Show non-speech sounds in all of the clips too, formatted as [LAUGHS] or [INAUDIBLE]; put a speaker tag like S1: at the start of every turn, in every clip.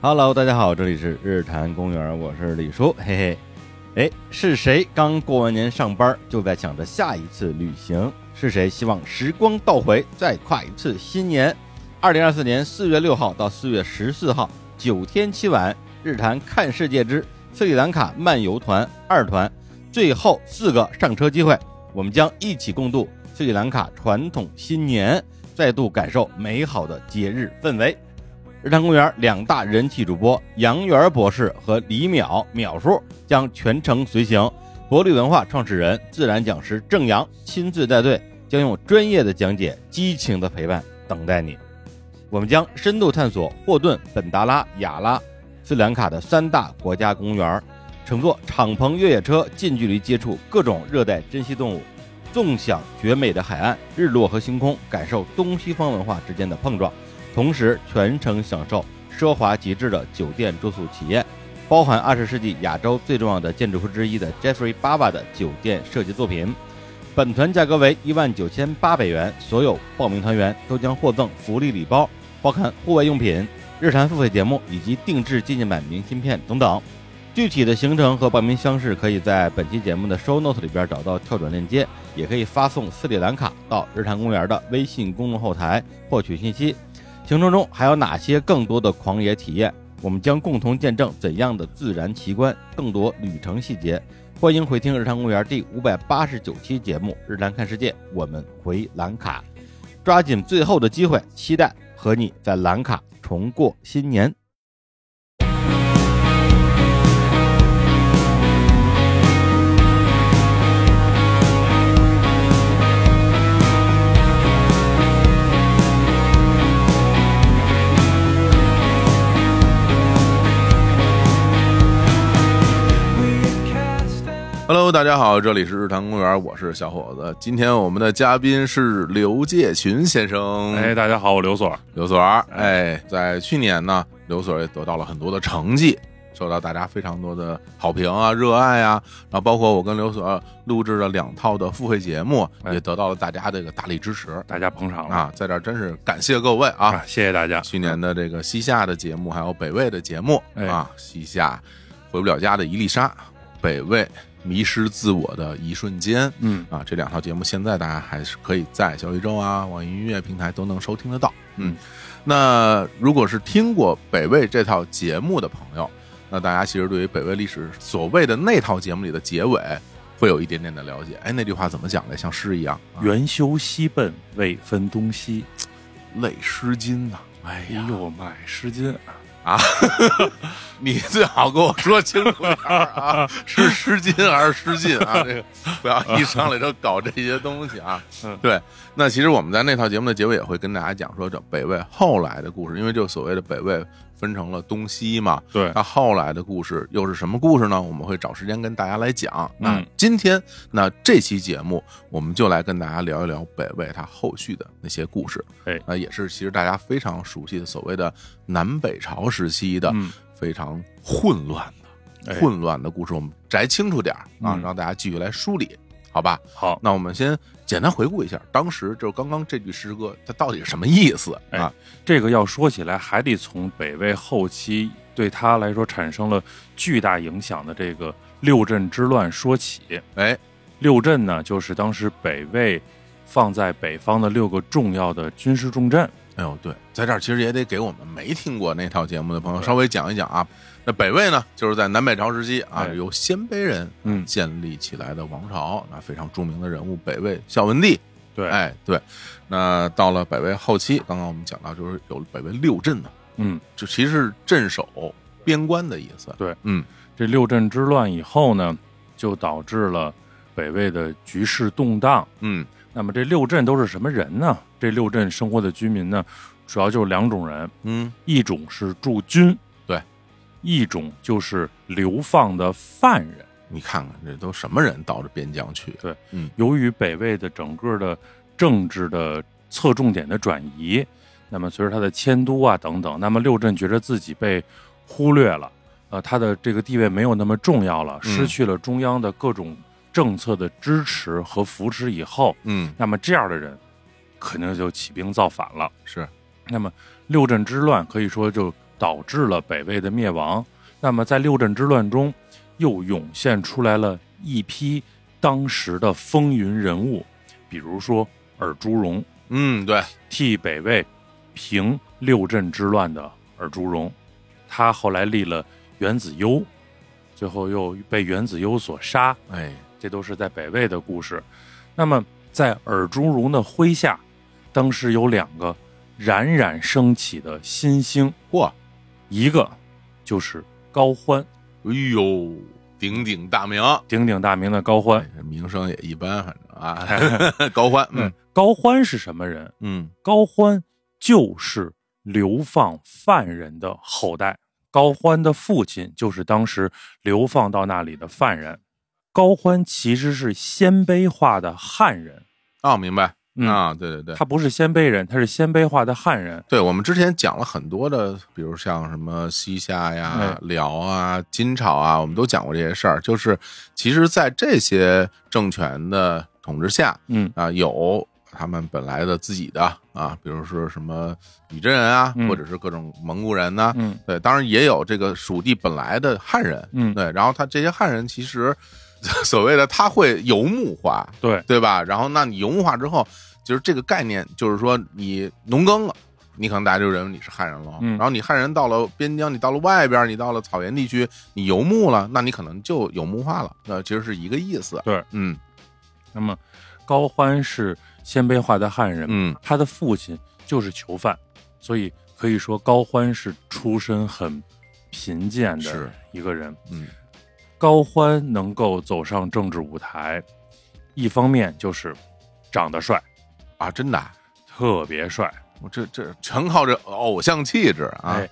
S1: Hello，大家好，这里是日坛公园，我是李叔，嘿嘿。哎，是谁刚过完年上班就在想着下一次旅行？是谁希望时光倒回，再跨一次新年？二零二四年四月六号到四月十四号，九天七晚，日坛看世界之斯里兰卡漫游团二团，最后四个上车机会，我们将一起共度斯里兰卡传统新年，再度感受美好的节日氛围。日坛公园两大人气主播杨元博士和李淼淼叔将全程随行，博绿文化创始人、自然讲师郑阳亲自带队，将用专业的讲解、激情的陪伴等待你。我们将深度探索霍顿、本达拉、雅拉、斯里兰卡的三大国家公园，乘坐敞篷越野车，近距离接触各种热带珍稀动物，纵享绝美的海岸、日落和星空，感受东西方文化之间的碰撞。同时全程享受奢华极致的酒店住宿体验，包含二十世纪亚洲最重要的建筑师之一的 Jeffrey Baba 的酒店设计作品。本团价格为一万九千八百元，所有报名团员都将获赠福利礼包，包含户外用品、日常付费节目以及定制纪念版明信片等等。具体的行程和报名方式可以在本期节目的 show note 里边找到跳转链接，也可以发送斯里兰卡到日坛公园的微信公众后台获取信息。行程中还有哪些更多的狂野体验？我们将共同见证怎样的自然奇观，更多旅程细节。欢迎回听《日坛公园》第五百八十九期节目《日坛看世界》，我们回兰卡，抓紧最后的机会，期待和你在兰卡重过新年。
S2: Hello，大家好，这里是日坛公园，我是小伙子。今天我们的嘉宾是刘介群先生。
S3: 哎，，大家好，我刘所。
S2: 刘所儿，哎，在去年呢，刘所儿也得到了很多的成绩，受到大家非常多的好评啊、热爱啊。然后包括我跟刘所儿录制了两套的付费节目，
S3: 哎
S2: 也得到了大家这个大力支持
S3: 大家捧场了
S2: 啊。在这儿真是感谢各位啊！
S3: 啊！谢谢大家。
S2: 去年的这个西夏的节目，还有北魏的节目
S3: 哎
S2: 啊，西夏回不了家的一粒沙，北魏迷失自我的一瞬间。
S3: 嗯，
S2: 啊，这两套节目现在大家还是可以在小宇宙啊、网易音乐平台都能收听得到。嗯，那如果是听过北魏这套节目的朋友，那大家其实对于北魏历史所谓的那套节目里的结尾，会有一点点的了解。哎，那句话怎么讲的？像诗一样，啊
S3: 元修西奔，未分东西。
S2: 泪诗经》呐。
S3: 哎呦妈呀，诗经
S2: 啊 [LAUGHS] 你最好给我说清楚点儿啊，是失禁还是失禁啊？这个不要一上来就搞这些东西啊
S3: [LAUGHS] 嗯。
S2: 对，那其实我们在那套节目的结尾也会跟大家讲说，这北魏后来的故事，因为就所谓的北魏分成了东西嘛。
S3: 对
S2: 那后来的故事又是什么故事呢？我们会找时间跟大家来讲。那
S3: 嗯
S2: 今天那这期节目，我们就来跟大家聊一聊北魏它后续的那些故事。
S3: 哎
S2: 那呃也是其实大家非常熟悉的所谓的南北朝时期的
S3: 嗯
S2: 非常混乱的、
S3: 哎
S2: 混乱的故事，我们摘清楚点儿啊，
S3: 嗯
S2: 让大家继续来梳理，好吧？
S3: 好，
S2: 那我们先简单回顾一下，当时就是刚刚这句诗歌它到底是什么意思
S3: 哎
S2: 啊？
S3: 这个要说起来，还得从北魏后期对他来说产生了巨大影响的这个六镇之乱说起。
S2: 哎，
S3: 六镇呢，就是当时北魏放在北方的六个重要的军事重镇。
S2: 哎呦，对，在这儿其实也得给我们没听过那套节目的朋友稍微讲一讲啊。那北魏呢，就是在南北朝时期啊，
S3: 哎
S2: 由鲜卑人
S3: 嗯
S2: 建立起来的王朝，那非常著名的人物北魏孝文帝。
S3: 对，
S2: 哎，对，那到了北魏后期，刚刚我们讲到就是有北魏六镇呢，
S3: 嗯，
S2: 就其实是镇守边关的意思。
S3: 对，
S2: 嗯，
S3: 这六镇之乱以后呢，就导致了北魏的局势动荡。
S2: 嗯，
S3: 那么这六镇都是什么人呢？这六镇生活的居民呢，主要就是两种人，
S2: 嗯，
S3: 一种是驻军，
S2: 对；
S3: 一种就是流放的犯人。
S2: 你看看这都什么人到这边疆去？啊
S3: 由于北魏的整个的政治的侧重点的转移，那么随着他的迁都啊等等，那么六镇觉着自己被忽略了，呃，他的这个地位没有那么重要了，
S2: 嗯
S3: 失去了中央的各种政策的支持和扶持以后，
S2: 嗯，
S3: 那么这样的人肯定就起兵造反了。
S2: 是，
S3: 那么六镇之乱可以说就导致了北魏的灭亡。那么在六镇之乱中，又涌现出来了一批当时的风云人物，比如说尔朱荣，
S2: 嗯，对，
S3: 替北魏平六镇之乱的尔朱荣，他后来立了元子攸，最后又被元子攸所杀，
S2: 哎，
S3: 这都是在北魏的故事。那么在尔朱荣的麾下，当时有两个冉冉升起的新星，
S2: 嚯，
S3: 一个就是高欢，
S2: 哎呦，鼎鼎大名，
S3: 鼎鼎大名的高欢
S2: 哎。这名声也一般，反正啊， [LAUGHS] 高欢，嗯
S3: 高欢是什么人？
S2: 嗯，
S3: 高欢就是流放犯人的后代。高欢的父亲就是当时流放到那里的犯人。高欢其实是鲜卑化的汉人，
S2: 哦，明白，
S3: 嗯
S2: 啊，对对对，
S3: 他不是鲜卑人，他是鲜卑化的汉人。
S2: 对，我们之前讲了很多的，比如像什么西夏呀
S3: 哎、
S2: 辽啊、金朝啊，我们都讲过这些事儿。就是其实，在这些政权的统治下
S3: 嗯
S2: 啊，有他们本来的自己的啊，比如说什么女真人啊，
S3: 嗯
S2: 或者是各种蒙古人呐、
S3: 嗯
S2: 对，当然也有这个属地本来的汉人。
S3: 嗯，
S2: 对，然后他这些汉人其实 [LAUGHS] 所谓的他会游牧化，
S3: 对
S2: 对吧？然后那你游牧化之后，就是这个概念，就是说你农耕了，你可能大家就认为你是汉人了。
S3: 嗯
S2: 然后你汉人到了边疆，你到了外边，你到了草原地区，你游牧了，那你可能就游牧化了。那其实是一个意思。
S3: 对，
S2: 嗯
S3: 那么高欢是鲜卑化的汉人，
S2: 嗯，
S3: 他的父亲就是囚犯，所以可以说高欢是出身很贫贱
S2: 是
S3: 的一个人。
S2: 嗯，
S3: 高欢能够走上政治舞台，一方面就是长得帅，
S2: 啊，真的啊，
S3: 特别帅，
S2: 我这这全靠这偶像气质啊。
S3: 哎，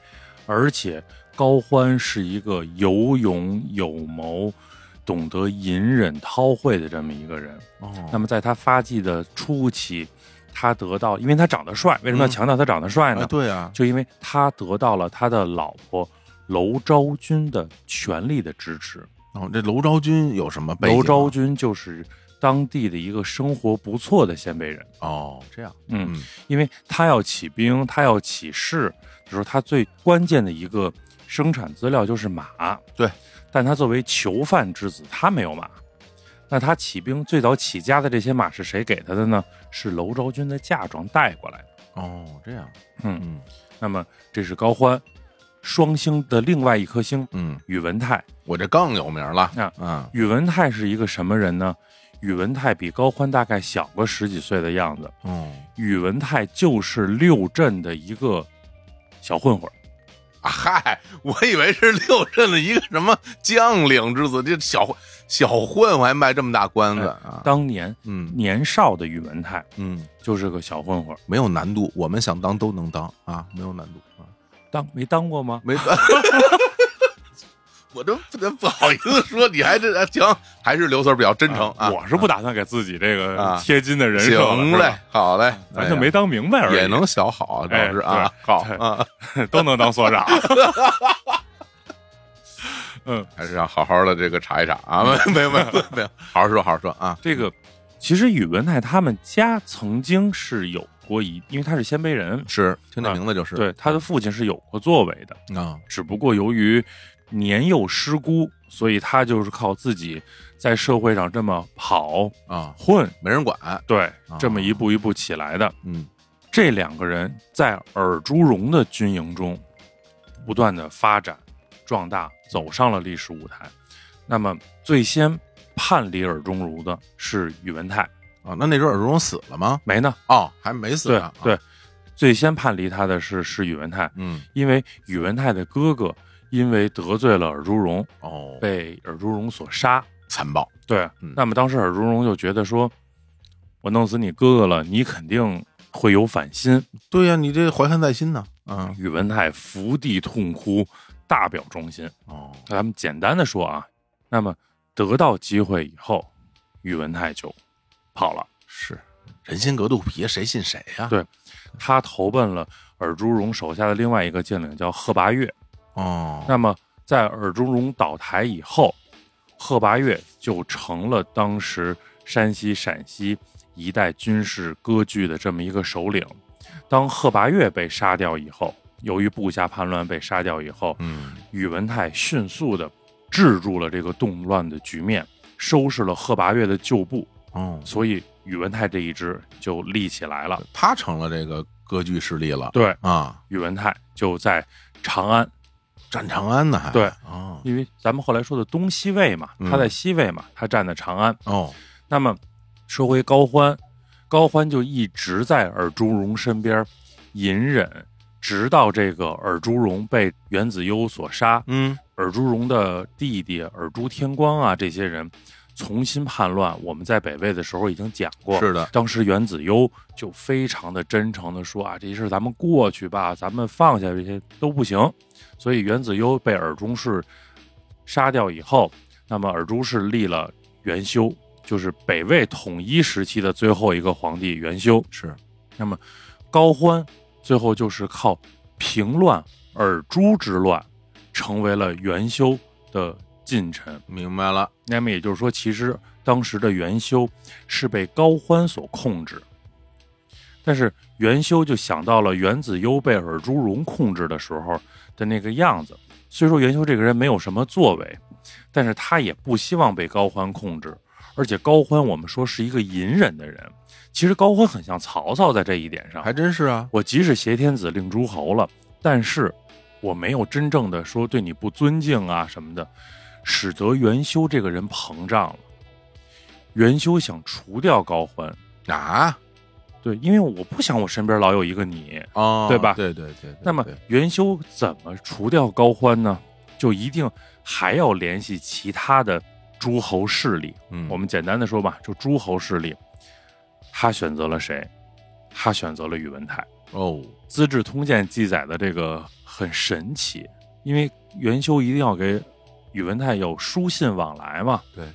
S3: 而且高欢是一个有勇有谋、懂得隐忍韬晦的这么一个人。那
S2: 哦，
S3: 么在他发迹的初期，他得到，因为他长得帅，为什么要
S2: 嗯
S3: 强调他长得帅呢？
S2: 哎，对啊，
S3: 就因为他得到了他的老婆娄昭君的全力的支持。
S2: 哦，这娄昭君有什么背景啊？
S3: 娄昭君就是当地的一个生活不错的鲜卑人，
S2: 哦，这样，
S3: 嗯，
S2: 嗯
S3: 因为他要起兵，他要起事，就是他最关键的一个生产资料就是马。
S2: 对，
S3: 但他作为囚犯之子，他没有马。那他起兵最早起家的这些马是谁给他的呢？是娄昭君的嫁妆带过来的。
S2: 哦，这样，
S3: 嗯
S2: 嗯
S3: 那么这是高欢，双星的另外一颗星
S2: 嗯，
S3: 宇文泰。
S2: 我这更有名了
S3: 啊
S2: 啊，
S3: 宇文泰是一个什么人呢？宇文泰比高欢大概小个十几岁的样子。
S2: 哦
S3: 宇文泰就是六镇的一个小混混儿，
S2: 啊嗨，我以为是六镇的一个什么将领之子，这小小混混还卖这么大关子啊？
S3: 当年
S2: 嗯
S3: 年少的宇文泰
S2: 嗯，
S3: 就是个小混混儿，
S2: 没有难度，我们想当都能当啊，没有难度啊，
S3: 当没当过吗？ [LAUGHS]
S2: 没。我都不不好意思说，你还这啊行，还是刘 Sir 比较真诚啊。
S3: 我是不打算给自己这
S2: 啊
S3: 个贴金的人设了
S2: 行
S3: 是
S2: 嘞
S3: 吧，
S2: 好嘞，
S3: 咱就没当明白
S2: 哎
S3: 而
S2: 呀
S3: 已，
S2: 也能小好，
S3: 哎
S2: 老师啊，
S3: 对
S2: 好
S3: 对
S2: 啊， [LAUGHS]
S3: 都能当所长。嗯，
S2: 还是要好好的这个查一查啊，没有没有没有没有，好好说好好说啊，
S3: 这个其实宇文泰他们家曾经是有过一，因为他是鲜卑人，
S2: 是听这
S3: 啊
S2: 名字就是
S3: 对他的父亲是有过作为的，
S2: 啊，
S3: 只不过由于年幼失孤，所以他就是靠自己在社会上这么跑
S2: 啊，
S3: 混，
S2: 没人管，
S3: 对
S2: 啊，
S3: 这么一步一步起来的。
S2: 嗯
S3: 这两个人在尔朱荣的军营中不断的发展壮大，走上了历史舞台。那么最先叛离尔朱荣的是宇文泰，
S2: 啊，那那时候尔朱荣死了吗？
S3: 没呢？
S2: 哦，还没死
S3: 对
S2: 呢，啊
S3: 对，最先叛离他的是是宇文泰，
S2: 嗯，
S3: 因为宇文泰的哥哥因为得罪了尔朱荣，
S2: 哦，
S3: 被尔朱荣所杀。
S2: 残暴，
S3: 对
S2: 嗯，
S3: 那么当时尔朱荣就觉得说，我弄死你哥哥了，你肯定会有反心。
S2: 对呀，你这怀恨在心呢，嗯，
S3: 宇文泰伏地痛哭，大表忠心。
S2: 哦，
S3: 那咱们简单的说啊，那么得到机会以后，宇文泰就跑了，
S2: 是人心隔肚皮，谁信谁呀？
S3: 对他投奔了尔朱荣手下的另外一个将领叫贺拔岳。
S2: 哦，
S3: 那么在尔朱荣倒台以后，贺拔岳就成了当时山西、陕西一带军事割据的这么一个首领。当贺拔岳被杀掉以后，由于部下叛乱被杀掉以后，
S2: 嗯
S3: 宇文泰迅速的制住了这个动乱的局面，收拾了贺拔岳的旧部，
S2: 哦，
S3: 所以宇文泰这一支就立起来了。
S2: 他成了这个割据势力了
S3: 对，
S2: 啊，
S3: 宇文泰就在长安，
S2: 占长安呢还
S3: 对
S2: 哦
S3: 因为咱们后来说的东西魏嘛，
S2: 嗯
S3: 他在西魏嘛，他占的长安。
S2: 哦
S3: 那么说回高欢，高欢就一直在尔朱荣身边隐忍，直到这个尔朱荣被袁子优所杀，
S2: 嗯
S3: 尔朱荣的弟弟尔朱天光啊这些人重新叛乱。我们在北魏的时候已经讲过，
S2: 是的
S3: 当时袁子优就非常的真诚的说啊，这事儿咱们过去吧，咱们放下这些都不行。所以袁子优被尔朱氏杀掉以后，那么尔朱氏立了元修，就是北魏统一时期的最后一个皇帝元修。
S2: 是
S3: 那么高欢最后就是靠平乱尔朱之乱，成为了元修的近臣。
S2: 明白了
S3: 那么也就是说，其实当时的元修是被高欢所控制，但是元修就想到了元子优被尔朱荣控制的时候的那个样子。虽说元修这个人没有什么作为，但是他也不希望被高欢控制，而且高欢我们说是一个隐忍的人，其实高欢很像曹操在这一点上，
S2: 还真是啊
S3: 我即使挟天子令诸侯了，但是我没有真正的说对你不尊敬啊什么的，使得元修这个人膨胀了。元修想除掉高欢，
S2: 啊
S3: 对，因为我不想我身边老有一个你。
S2: 哦
S3: 对吧
S2: 对对对对，
S3: 那么
S2: 对
S3: 元修怎么除掉高欢呢？就一定还要联系其他的诸侯势力。
S2: 嗯
S3: 我们简单的说吧，就诸侯势力，他选择了谁？他选择了宇文泰。
S2: 哦
S3: 《资治通鉴》记载的这个很神奇，因为元修一定要给宇文泰有书信往来嘛。
S2: 对，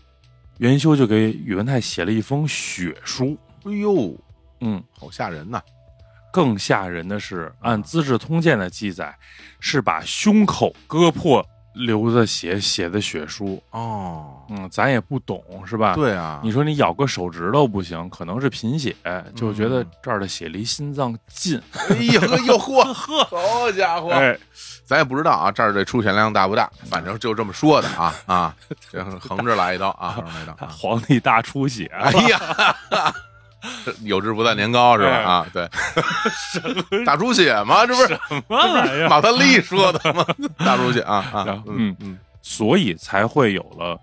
S3: 元修就给宇文泰写了一封血书。
S2: 哎呦
S3: 嗯，
S2: 好吓人呐
S3: 更吓人的是，按《资治通鉴》的记载，是把胸口割破流的血写的血书。
S2: 哦
S3: 嗯，咱也不懂是吧？。
S2: 对啊
S3: 你说你咬个手指头不行，可能是贫血，就觉得
S2: 嗯
S3: 这儿的血离心脏近。
S2: 哎
S3: [LAUGHS]
S2: 呀呵哟嚯呵好家伙
S3: 哎，
S2: 咱也不知道啊，这儿这出血量大不大，反正就这么说的
S3: [LAUGHS]
S2: 啊啊，这横着来一刀啊，横着来一刀。啊
S3: 皇帝大出血，
S2: 哎呀， [LAUGHS] 有志不在年高是吧？
S3: 哎
S2: 啊，对，大出血嘛，这不是
S3: 什么玩意儿？
S2: 马德利说的
S3: [LAUGHS]
S2: 吗？大出血啊啊
S3: 然，后
S2: 嗯
S3: 嗯
S2: 嗯
S3: 所以才会有了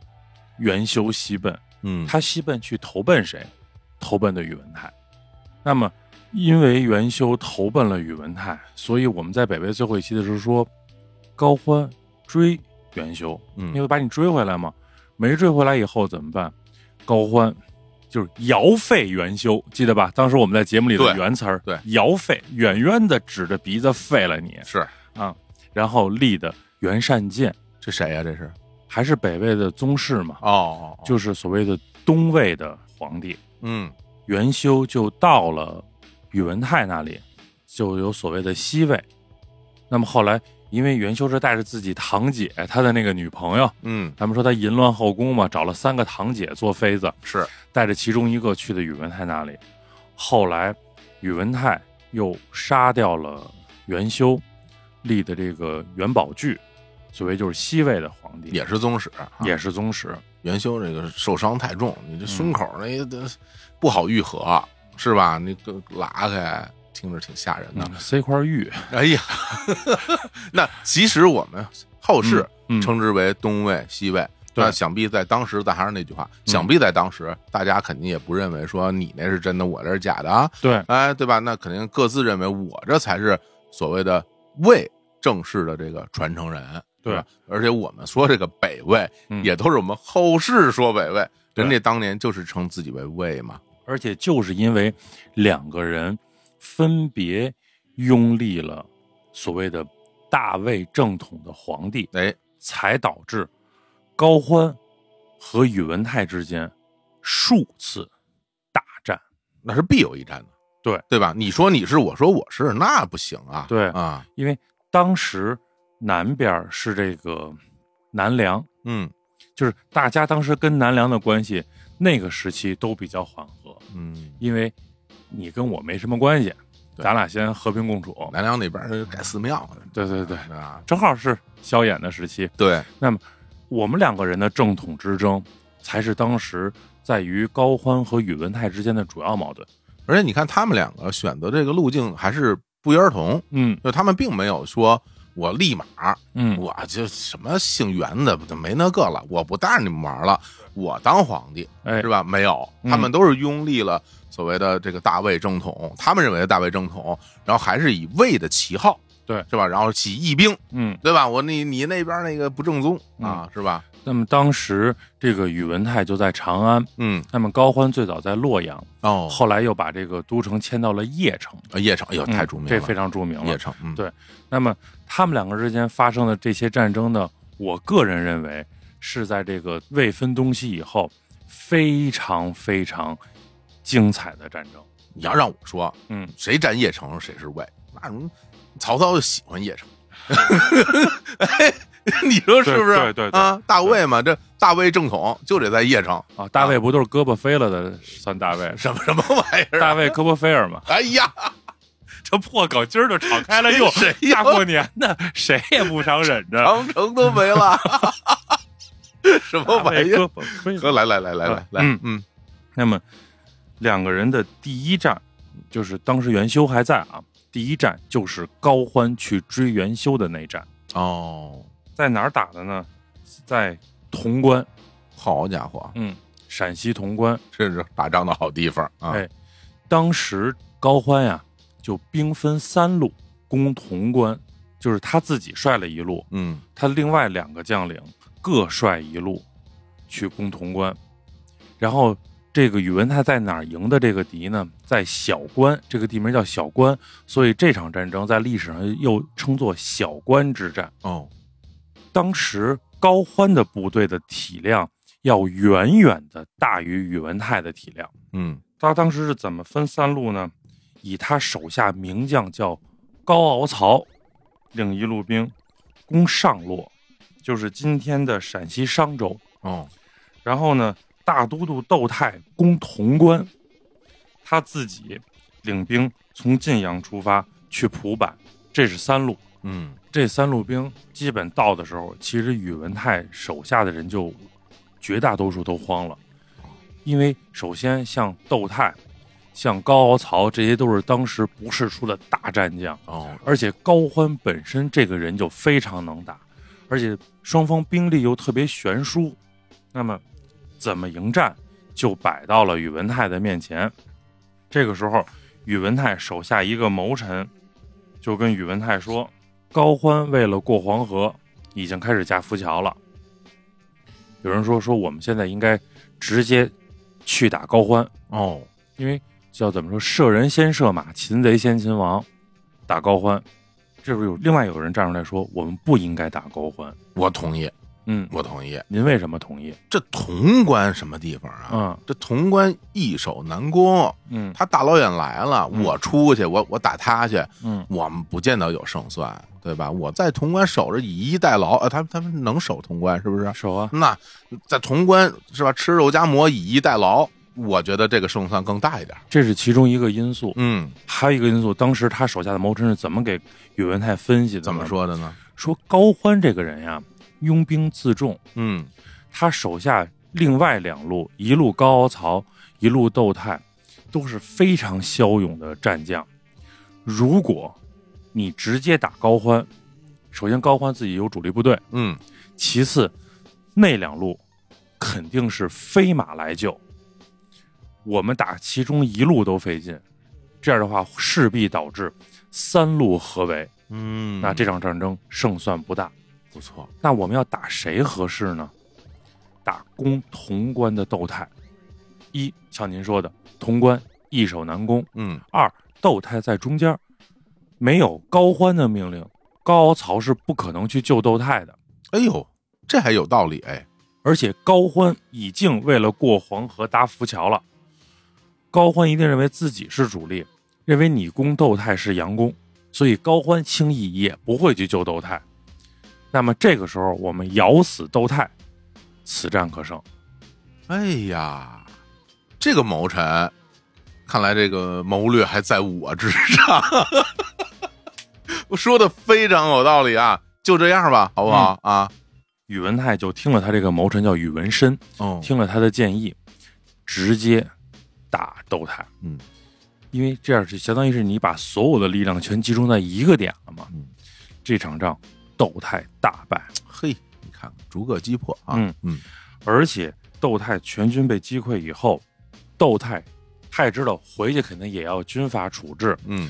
S3: 元修西奔。
S2: 嗯，
S3: 他西奔去投奔谁？投奔的宇文泰。那么，因为元修投奔了宇文泰，所以我们在北魏最后一期的时候说，高欢追元修，
S2: 嗯
S3: 因为把你追回来嘛。没追回来以后怎么办？高欢就是尧废元修，记得吧？当时我们在节目里的
S2: 对
S3: 原词儿，
S2: 对
S3: 尧废，远远的指着鼻子废了你
S2: 是
S3: 啊。然后立的袁善见，
S2: 这谁呀？这是
S3: 还是北魏的宗室嘛，
S2: 哦哦，哦
S3: 就是所谓的东魏的皇帝
S2: 嗯
S3: 元修，就到了宇文泰那里，就有所谓的西魏。那么后来，因为元修是带着自己堂姐，他的那个女朋友，
S2: 嗯
S3: 咱们说他淫乱后宫嘛，找了三个堂姐做妃子，
S2: 是
S3: 带着其中一个去的宇文泰那里。后来，宇文泰又杀掉了元修立的这个元宝炬，所谓就是西魏的皇帝，
S2: 也是宗室啊，
S3: 也是宗室。
S2: 元修这个受伤太重，你
S3: 嗯
S2: 这胸口那个不好愈合是吧？你个拉开。听着挺吓人的，
S3: 嗯，塞块玉，
S2: 哎呀， [LAUGHS] 那其实我们后世
S3: 嗯嗯
S2: 称之为东魏、西魏。
S3: 对嗯
S2: 那想必在当时，咱还是那句话，想必在当时，大家肯定也不认为说你那是真的，我这是假的啊，
S3: 对，
S2: 哎，对吧？那肯定各自认为我这才是所谓的魏正式的这个传承人，
S3: 对
S2: 是吧？而且我们说这个北魏，
S3: 嗯
S2: 也都是我们后世说北魏，
S3: 对
S2: 人家当年就是称自己为魏嘛，
S3: 而且就是因为两个人分别拥立了所谓的大魏正统的皇帝，
S2: 哎，
S3: 才导致高欢和宇文泰之间数次大战。
S2: 那是必有一战的，
S3: 对
S2: 对吧？你说你是，我说我是，那不行啊，
S3: 对
S2: 啊，
S3: 因为当时南边是这个南梁，
S2: 嗯
S3: 就是大家当时跟南梁的关系，那个时期都比较缓和，
S2: 嗯
S3: 因为你跟我没什么关系，
S2: 对
S3: 咱俩先和平共处。
S2: 南梁那边儿改寺庙了，
S3: 对对对，
S2: 对吧？
S3: 正好是萧衍的时期，
S2: 对，
S3: 我们两个人的正统之争，才是当时在于高欢和宇文泰之间的主要矛盾。
S2: 而且你看他们两个选择这个路径还是不约而同，
S3: 嗯
S2: 就他们并没有说我立马
S3: 嗯，
S2: 我就什么姓袁的就没那个了，我不带着你们玩了，我当皇帝
S3: 哎
S2: 是，吧？没有，
S3: 嗯
S2: 他们都是拥立了所谓的这个大魏正统，他们认为的大魏正统，然后还是以魏的旗号，
S3: 对，
S2: 是吧？然后起义兵，
S3: 嗯。
S2: 对吧？我你你那边那个不正宗啊，是吧？
S3: 那么当时这个宇文泰就在长安，
S2: 嗯，
S3: 那么高欢最早在洛阳，
S2: 哦，
S3: 后来又把这个都城迁到了邺城，
S2: 呃邺城，哎呦，
S3: 嗯
S2: 太著名了，
S3: 这非常著名了
S2: 邺。城，嗯，
S3: 对那么他们两个之间发生的这些战争呢，我个人认为是在这个魏分东西以后非常非常精彩的战争。
S2: 你要让我说，
S3: 嗯，
S2: 谁占邺城谁是魏，那什么曹操就喜欢邺城， [LAUGHS] 哎， [LAUGHS] 你说是不是？
S3: 对对对
S2: 啊，大魏嘛，这大魏正统就得在邺城，
S3: 啊，大卫不都是胳膊飞了的算大卫？
S2: 什么什么玩意儿？啊
S3: 大卫科波菲尔嘛，
S2: 哎呀，
S3: 这破梗今儿就敞开了又，
S2: 谁呀
S3: 大过年的谁也不想忍着。
S2: 长城都没了， [LAUGHS] 什么
S3: 大
S2: 玩
S3: 卫
S2: 意儿
S3: 胳？膊飞
S2: 哥，来来来来来来，
S3: 嗯
S2: 嗯
S3: 那么两个人的第一战，就是当时元修还在啊，第一战就是高欢去追元修的那战，
S2: 哦，
S3: 在哪儿打的呢？在潼关，
S2: 好家伙，
S3: 嗯，陕西潼关。
S2: 这是打仗的好地方啊！
S3: 哎当时高欢呀、就兵分三路攻潼关，就是他自己率了一路，
S2: 嗯，
S3: 他另外两个将领各率一路去攻潼关，然后这个宇文泰在哪儿赢的这个敌呢？在小关，这个地名叫小关，所以这场战争在历史上又称作小关之战。
S2: 哦，
S3: 当时高欢的部队的体量要远远的大于宇文泰的体量。
S2: 嗯，
S3: 他当时是怎么分三路呢？以他手下名将叫高敖曹领一路兵攻上洛，就是今天的陕西商州。
S2: 哦，
S3: 然后呢，大都督窦泰攻潼关，他自己领兵从晋阳出发去蒲坂，这是三路。
S2: 嗯，
S3: 这三路兵基本到的时候，其实宇文泰手下的人就绝大多数都慌了，因为首先像窦泰、像高敖曹，这些都是当时不世出的大战将，
S2: 哦，
S3: 而且高欢本身这个人就非常能打，而且双方兵力又特别悬殊，那么怎么迎战就摆到了宇文泰的面前。这个时候，宇文泰手下一个谋臣就跟宇文泰说：“高欢为了过黄河，已经开始架浮桥了。”有人说：“说我们现在应该直接去打高欢，
S2: 哦，
S3: 因为叫怎么说，射人先射马，擒贼先擒王，打高欢。这不是有另外有人站出来说，我们不应该打高欢。
S2: 我同意，
S3: 嗯，
S2: 我同意。
S3: 您为什么同意？
S2: 这潼关什么地方啊？
S3: 嗯
S2: 这潼关易守难攻，
S3: 嗯
S2: 他大老远来了，
S3: 嗯
S2: 我出去，我我打他去，
S3: 嗯，
S2: 我们不见得有胜算，对吧？我在潼关守着，以逸待劳。呃，他们他们能守潼关是不是？
S3: 手啊，
S2: 那在潼关是吧？吃肉夹馍，以逸待劳，我觉得这个胜算更大一点。
S3: 这是其中一个因素。
S2: 嗯，
S3: 还有一个因素，当时他手下的谋臣是怎么给宇文泰分析的？
S2: 怎么？说的呢？
S3: 说高欢这个人呀，拥兵自重，
S2: 嗯，
S3: 他手下另外两路，一路高敖曹，一路窦泰，都是非常骁勇的战将。如果你直接打高欢，首先高欢自己有主力部队，
S2: 嗯，
S3: 其次那两路肯定是飞马来救，我们打其中一路都费劲，这样的话势必导致三路合围，
S2: 嗯
S3: 那这场战争胜算不大。
S2: 不错。
S3: 那我们要打谁合适呢？打攻潼关的窦泰。一，像您说的，潼关易守难攻；
S2: 嗯，
S3: 二，窦泰在中间，没有高欢的命令，高敖曹是不可能去救窦泰的。
S2: 哎呦，这还有道理哎。
S3: 而且高欢已经为了过黄河搭浮桥了，高欢一定认为自己是主力，认为你攻窦泰是佯攻，所以高欢轻易也不会去救窦泰。那么这个时候，我们咬死窦泰，此战可胜。
S2: 哎呀，这个谋臣看来这个谋略还在我之上。 [LAUGHS] 我说的非常有道理啊，就这样吧，好不好、啊？
S3: 宇文泰就听了他这个谋臣叫宇文深，
S2: 哦，
S3: 听了他的建议，直接打窦泰。
S2: 嗯，
S3: 因为这样是相当于是你把所有的力量全集中在一个点了嘛。
S2: 嗯，
S3: 这场仗窦泰大败，
S2: 嘿，你看看，逐个击破啊，
S3: 嗯
S2: 嗯
S3: 而且窦泰全军被击溃以后，窦泰太知道回去肯定也要军法处置，
S2: 嗯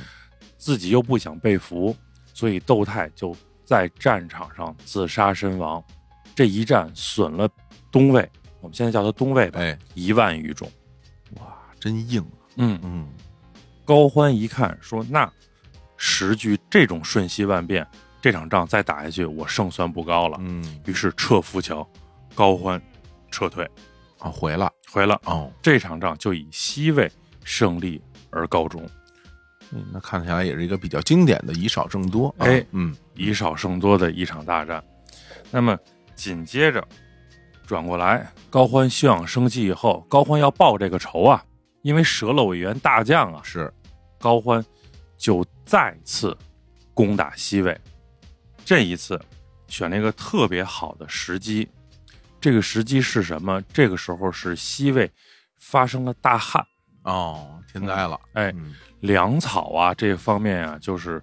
S3: 自己又不想被俘，所以窦泰就在战场上自杀身亡。这一战损了东魏，我们现在叫他东魏吧，
S2: 哎，
S3: 一万余众。
S2: 哇，真硬啊，
S3: 嗯，
S2: 嗯
S3: 高欢一看说：“那时局这种瞬息万变，这场仗再打下去，我胜算不高了。
S2: 嗯，
S3: 于是撤浮桥，高欢撤退
S2: 啊，回了
S3: 回了。
S2: 哦，
S3: 这场仗就以西魏胜利而告终，
S2: 嗯那看起来也是一个比较经典的以少胜多啊，
S3: 哎
S2: 嗯
S3: 以少胜多的一场大战。那么紧接着转过来，高欢休养生息以后，高欢要报这个仇啊，因为折了委员大将啊，
S2: 是，
S3: 高欢就再次攻打西魏。这一次选了一个特别好的时机，这个时机是什么？这个时候是西魏发生了大旱，
S2: 哦，天灾了，
S3: 哎，
S2: 嗯，
S3: 粮草啊这方面啊，就是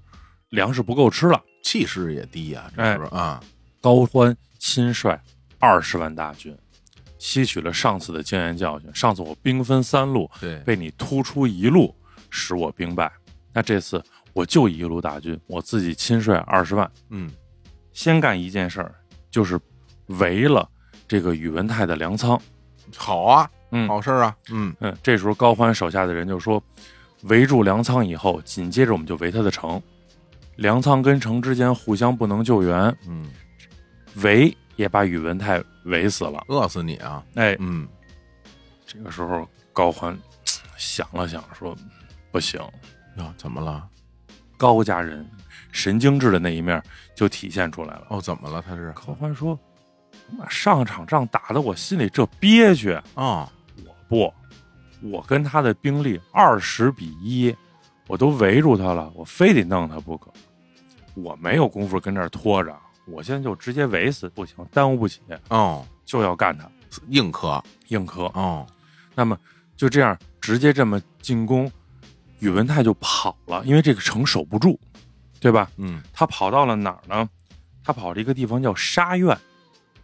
S3: 粮食不够吃了。
S2: 气势也低啊，这是不是啊，
S3: 高欢亲率二十万大军，吸取了上次的经验教训。上次我兵分三路，
S2: 对，
S3: 被你突出一路，使我兵败。那这次我就一路大军，我自己亲率二十万，
S2: 嗯
S3: 先干一件事儿，就是围了这个宇文泰的粮仓。
S2: 好啊，
S3: 嗯
S2: 好事儿啊，嗯
S3: 嗯，这时候高欢手下的人就说，围住粮仓以后，紧接着我们就围他的城。粮仓跟城之间互相不能救援，
S2: 嗯，
S3: 围也把宇文泰围死了。
S2: 饿死你啊，
S3: 哎，
S2: 嗯
S3: 这个时候高欢想了想说，不行，
S2: 哟，怎么了？
S3: 高家人神经质的那一面就体现出来了。
S2: 哦，怎么了？他是
S3: 高欢说，妈上场仗打得我心里这憋屈，啊
S2: 哦，
S3: 我不，我跟他的兵力二十比一，我都围住他了，我非得弄他不可。我没有功夫跟这儿拖着，我现在就直接围死不行，耽误不起，
S2: 哦，
S3: 就要干他，
S2: 硬科
S3: 硬磕。
S2: 哦，
S3: 那么就这样直接这么进攻，宇文泰就跑了，因为这个城守不住，对吧？
S2: 嗯
S3: 他跑到了哪儿呢？他跑了一个地方叫沙苑，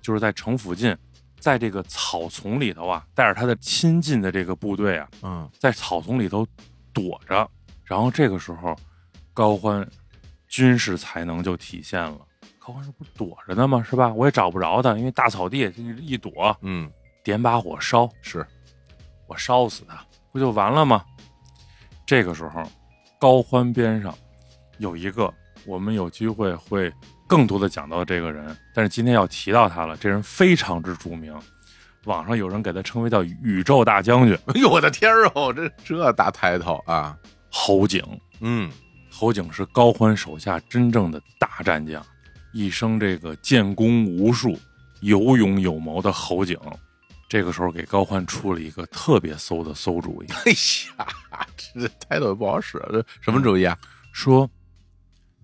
S3: 就是在城附近，在这个草丛里头啊，带着他的亲近的这个部队啊，
S2: 嗯，
S3: 在草丛里头躲着。然后这个时候，高欢军事才能就体现了。高欢这不躲着呢吗？是吧？我也找不着他，因为大草地一躲，
S2: 嗯， [LAUGHS]
S3: 点把火烧，
S2: 是，
S3: 我烧死他，不就完了吗？这个时候，高欢边上有一个，我们有机会会更多的讲到这个人，但是今天要提到他了，这人非常之著名，网上有人给他称为叫宇宙大将军
S2: 哎呦我的天儿哦，这这大抬头啊，
S3: 侯景。
S2: 嗯，
S3: 侯景是高欢手下真正的大战将，一生这个建功无数、有勇有谋的侯景，这个时候给高欢出了一个特别馊的馊主意。
S2: 哎呀，这抬头也不好使，这什么主意啊？
S3: 说：“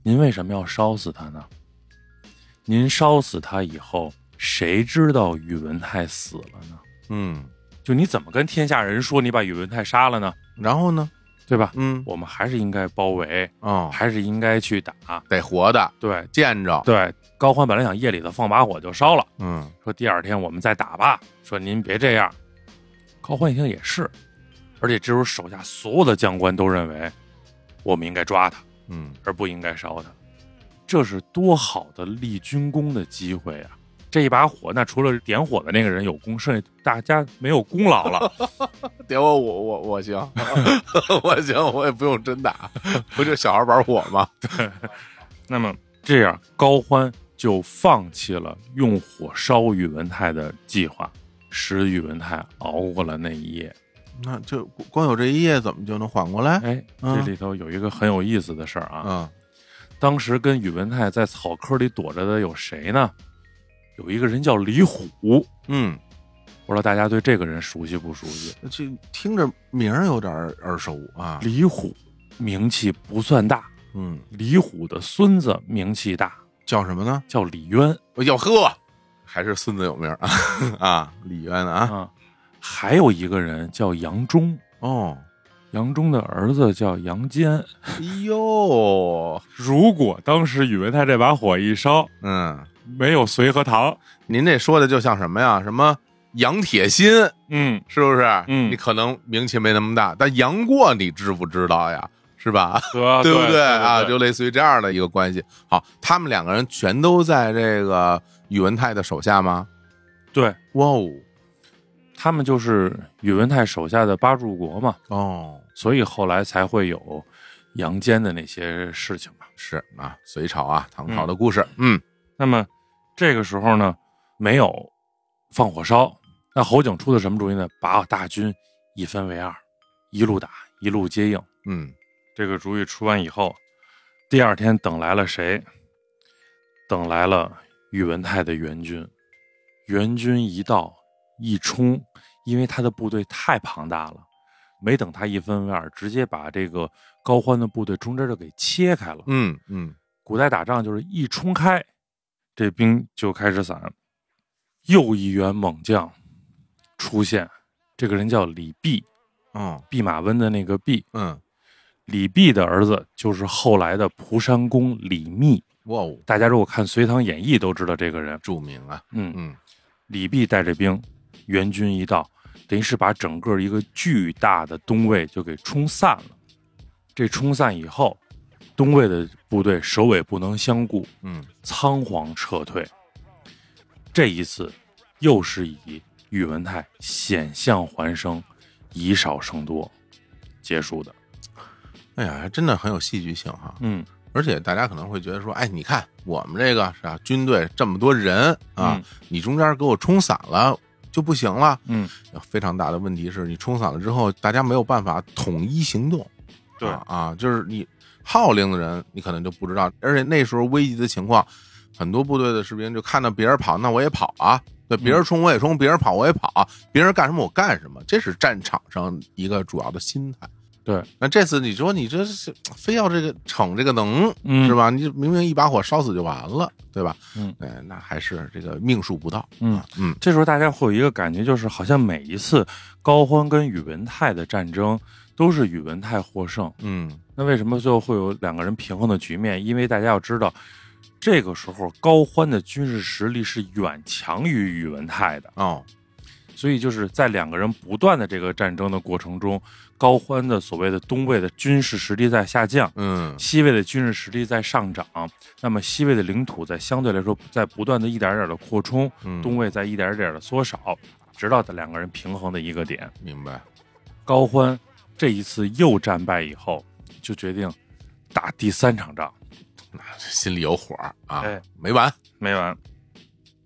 S3: 您为什么要烧死他呢？您烧死他以后，谁知道宇文泰死了呢？
S2: 嗯，
S3: 就你怎么跟天下人说你把宇文泰杀了呢？
S2: 然后呢？
S3: 对吧？
S2: 嗯，
S3: 我们还是应该包围，
S2: 哦，
S3: 还是应该去打。
S2: 得活的，
S3: 对
S2: 见着，
S3: 对，高欢本来想夜里头放把火就烧了，
S2: 嗯，
S3: 说第二天我们再打吧。说您别这样。高欢一听也是，而且这时候手下所有的将官都认为，我们应该抓他。”
S2: 嗯，
S3: 而不应该烧它。这是多好的立军功的机会啊！这一把火，那除了点火的那个人有功，剩下大家没有功劳了。
S2: 点我我我我行， [LAUGHS] 我行，我也不用真打， [LAUGHS] 不就小孩玩火吗？
S3: 那么这样，高欢就放弃了用火烧宇文泰的计划，使宇文泰熬过了那一夜。
S2: 那就光有这一夜，怎么就能缓过来？
S3: 哎，这里头有一个很有意思的事儿啊！
S2: 嗯，
S3: 当时跟宇文泰在草窠里躲着的有谁呢？有一个人叫李虎。
S2: 嗯，
S3: 不知道大家对这个人熟悉不熟悉？
S2: 这听着名儿有点耳熟啊。
S3: 李虎名气不算大，
S2: 嗯，
S3: 李虎的孙子名气大，
S2: 叫什么呢？
S3: 叫李渊
S2: 哟呵，还是孙子有名儿啊 [LAUGHS] 啊，李渊啊。
S3: 啊。还有一个人叫杨忠，
S2: 哦，
S3: 杨忠的儿子叫杨坚。
S2: 哎呦，
S3: 如果当时宇文泰这把火一烧，
S2: 嗯，
S3: 没有隋和唐，
S2: 您这说的就像什么呀？什么杨铁心
S3: 嗯，
S2: 是不是？
S3: 嗯
S2: 你可能名气没那么大，但杨过你知不知道呀？是吧？
S3: 和
S2: 对不
S3: 对
S2: 啊？就类似于这样的一个关系。好，他们两个人全都在这个宇文泰的手下吗？
S3: 对
S2: 哇哦，
S3: 他们就是宇文泰手下的八柱国嘛，
S2: 哦，
S3: 所以后来才会有杨坚的那些事情嘛。
S2: 是啊，隋朝啊，唐朝的故事，嗯
S3: 那么这个时候呢，没有放火烧，那侯景出的什么主意呢？把大军一分为二，一路打，一路接应。
S2: 嗯
S3: 这个主意出完以后，第二天等来了谁？等来了宇文泰的援军。援军一到一冲，因为他的部队太庞大了，没等他一分为二，直接把这个高欢的部队中间就给切开了。
S2: 嗯嗯，
S3: 古代打仗就是一冲开，这兵就开始散。又一员猛将出现，这个人叫李泌，
S2: 哦，
S3: 弼马温的那个弼。
S2: 嗯，
S3: 李泌的儿子就是后来的蒲山公李密。
S2: 哇哦，
S3: 大家如果看《隋唐演义》都知道这个人。
S2: 著名啊，
S3: 嗯，
S2: 嗯
S3: 李泌带着兵，援军一到，等于是把整个一个巨大的东魏就给冲散了。这冲散以后，东魏的部队首尾不能相顾，
S2: 嗯，
S3: 仓皇撤退。这一次，又是以宇文泰险象环生，以少胜多结束的。
S2: 哎呀，还真的很有戏剧性哈。
S3: 嗯
S2: 而且大家可能会觉得说，哎，你看我们这个是吧，军队这么多人啊，
S3: 嗯
S2: 你中间给我冲散了就不行了。
S3: 嗯，
S2: 非常大的问题是你冲散了之后，大家没有办法统一行动。
S3: 对
S2: 啊啊，就是你号令的人，你可能就不知道。而且那时候危急的情况，很多部队的士兵就看到别人跑，那我也跑啊。对，
S3: 嗯
S2: 别人冲我也冲，别人跑我也跑啊，别人干什么我干什么，这是战场上一个主要的心态。
S3: 对，
S2: 那这次你说你这是非要这个逞这个能，
S3: 嗯
S2: 是吧？你明明一把火烧死就完了，对吧？
S3: 嗯
S2: 哎，那还是这个命数不到。
S3: 嗯
S2: 啊嗯
S3: 这时候大家会有一个感觉，就是好像每一次高欢跟宇文泰的战争都是宇文泰获胜。
S2: 嗯
S3: 那为什么最后会有两个人平衡的局面？因为大家要知道，这个时候高欢的军事实力是远强于宇文泰的，
S2: 哦，
S3: 所以就是在两个人不断的这个战争的过程中，高欢的所谓的东魏的军事实力在下降。
S2: 嗯
S3: 西魏的军事实力在上涨，那么西魏的领土在相对来说在不断的一点儿点的扩充，
S2: 嗯，
S3: 东魏在一点儿点的缩少，直到这两个人平衡的一个点。
S2: 明白。
S3: 高欢这一次又战败以后，就决定打第三场仗，
S2: 心里有火儿啊，
S3: 哎
S2: 没完。
S3: 没完。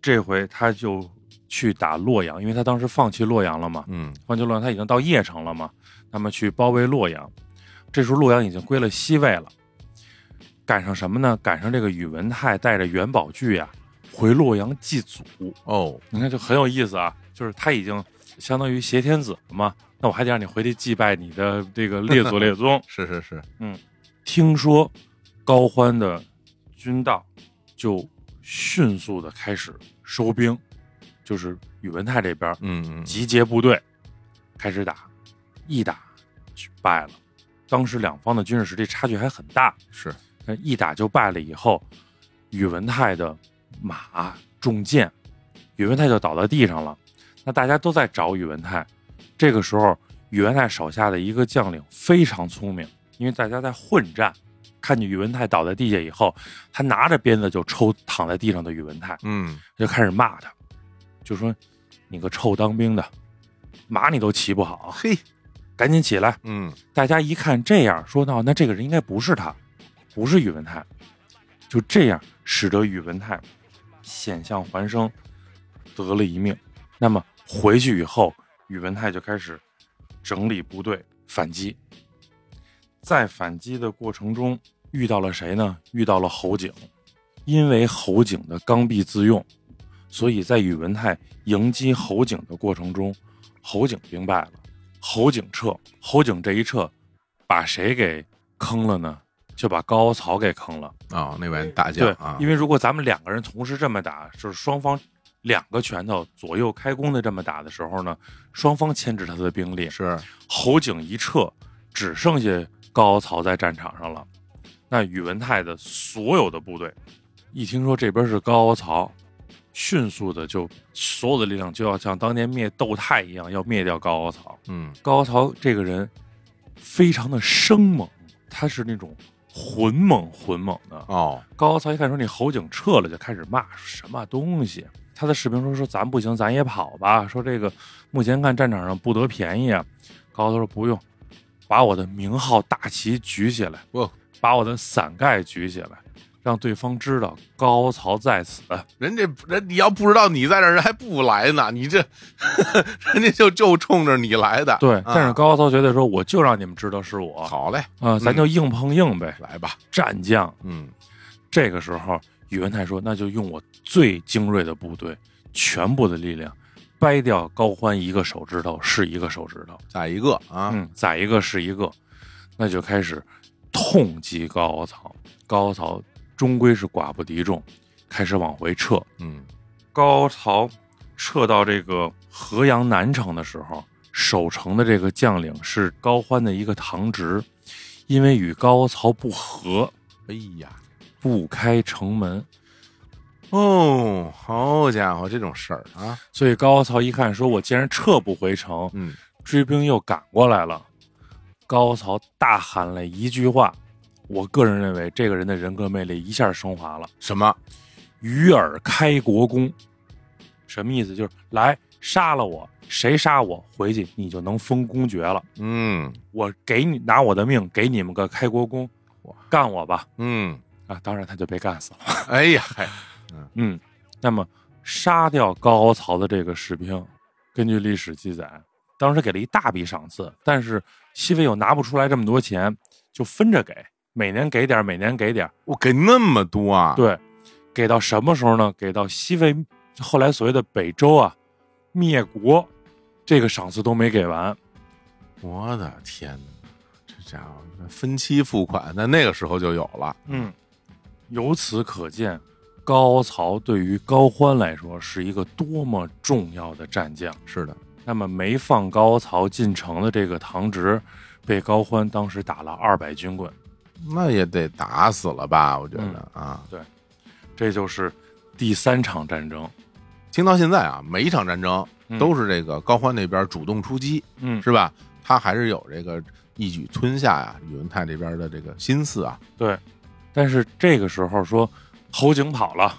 S3: 这回他就去打洛阳，因为他当时放弃洛阳了嘛，
S2: 嗯
S3: 放弃洛阳他已经到邺城了嘛，那么去包围洛阳。这时候洛阳已经归了西魏了，赶上什么呢？赶上这个宇文泰带着元宝炬呀、回洛阳祭祖。
S2: 哦，。
S3: 你看就很有意思啊，就是他已经相当于挟天子了嘛，那我还得让你回去祭拜你的这个列祖列宗
S2: 是是是，
S3: 听说高欢的军道就迅速的开始收兵，就是宇文泰这边
S2: 嗯嗯
S3: 集结部队开始打，一打就败了。当时两方的军事实力差距还很大，
S2: 是，
S3: 那呃一打就败了以后，宇文泰的马中箭，宇文泰就倒在地上了。那大家都在找宇文泰，这个时候宇文泰手下的一个将领非常聪明，因为大家在混战，看见宇文泰倒在地下以后，他拿着鞭子就抽躺在地上的宇文泰，
S2: 嗯
S3: 就开始骂他，就说：“你个臭当兵的，马你都骑不好，
S2: 嘿，
S3: 赶紧起来！”
S2: 嗯
S3: 大家一看这样，说到那这个人应该不是他，不是宇文泰，就这样使得宇文泰险象环生，得了一命。那么回去以后，宇文泰就开始整理部队反击。在反击的过程中，遇到了谁呢？遇到了侯景，因为侯景的刚愎自用，所以在宇文泰迎击侯景的过程中，侯景兵败了，侯景撤，侯景这一撤，把谁给坑了呢？就把高曹给坑了。
S2: 啊，那员大将
S3: 对
S2: 啊，，
S3: 因为如果咱们两个人同时这么打，就是双方两个拳头左右开弓的这么打的时候呢，双方牵制他的兵力，
S2: 是
S3: 侯景一撤，只剩下高曹在战场上了。那宇文泰的所有的部队，一听说这边是高曹，迅速的就所有的力量就要像当年灭窦泰一样，要灭掉高曹。
S2: 嗯
S3: 高曹这个人非常的生猛，他是那种浑猛浑猛的。
S2: 哦
S3: 高曹一看说：“你侯景撤了，就开始骂什么东西。”他的士兵说：“说咱不行，咱也跑吧。说这个目前看战场上不得便宜啊。”高曹说：“不用，把我的名号大旗举起来
S2: 哇，
S3: 把我的伞盖举起来，让对方知道高曹在此。
S2: 人家人你要不知道你在这儿，人还不来呢，你这 [LAUGHS] 人家就就冲着你来的。
S3: 对，
S2: 啊
S3: 但是高曹觉得说：“我就让你们知道是我啊、
S2: 好嘞，嗯
S3: 咱就硬碰硬呗。
S2: 来吧，
S3: 战将
S2: 嗯
S3: 这个时候，宇文泰说：“那就用我最精锐的部队，全部的力量，掰掉高欢一个手指头是一个手指头，
S2: 再一个啊，
S3: 嗯，宰一个是一个，那就开始痛击高曹。高曹终归是寡不敌众，开始往回撤。
S2: 嗯
S3: 高曹撤到这个河阳南城的时候，守城的这个将领是高欢的一个堂侄，因为与高曹不和，
S2: 哎呀，
S3: 不开城门。”
S2: 哦，好家伙，这种事儿啊，
S3: 所以高曹一看，说我既然撤不回城，
S2: 嗯，
S3: 追兵又赶过来了。高曹大喊了一句话，我个人认为这个人的人格魅力一下升华了。
S2: 什么？
S3: 与尔开国功，什么意思？就是来杀了我，谁杀我，回去你就能封公爵了。
S2: 嗯
S3: 我给你拿我的命，给你们个开国功
S2: 哇，
S3: 干我吧！
S2: 嗯，
S3: 啊，当然他就被干死了。
S2: 哎呀，嗨，
S3: 嗯，那么杀掉高曹的这个士兵，根据历史记载，当时给了一大笔赏赐，但是西魏又拿不出来这么多钱，就分着给，每年给点儿，每年给点儿，
S2: 我给那么多啊，，
S3: 对，给到什么时候呢？给到西魏后来所谓的北周啊，灭国，这个赏赐都没给完。
S2: 我的天哪，这家伙分期付款，在那个时候就有了，
S3: 嗯，由此可见，高曹对于高欢来说是一个多么重要的战将。
S2: 是的，
S3: 那么没放高曹进城的这个堂侄，被高欢当时打了二百军棍，
S2: 那也得打死了吧？我觉得
S3: 嗯
S2: 啊，
S3: 这就是第三场战争。
S2: 听到现在啊，每一场战争
S3: 嗯
S2: 都是这个高欢那边主动出击，
S3: 嗯，
S2: 是吧？他还是有这个一举吞下呀、宇文泰这边的这个心思啊。
S3: 对。但是这个时候说侯景跑了，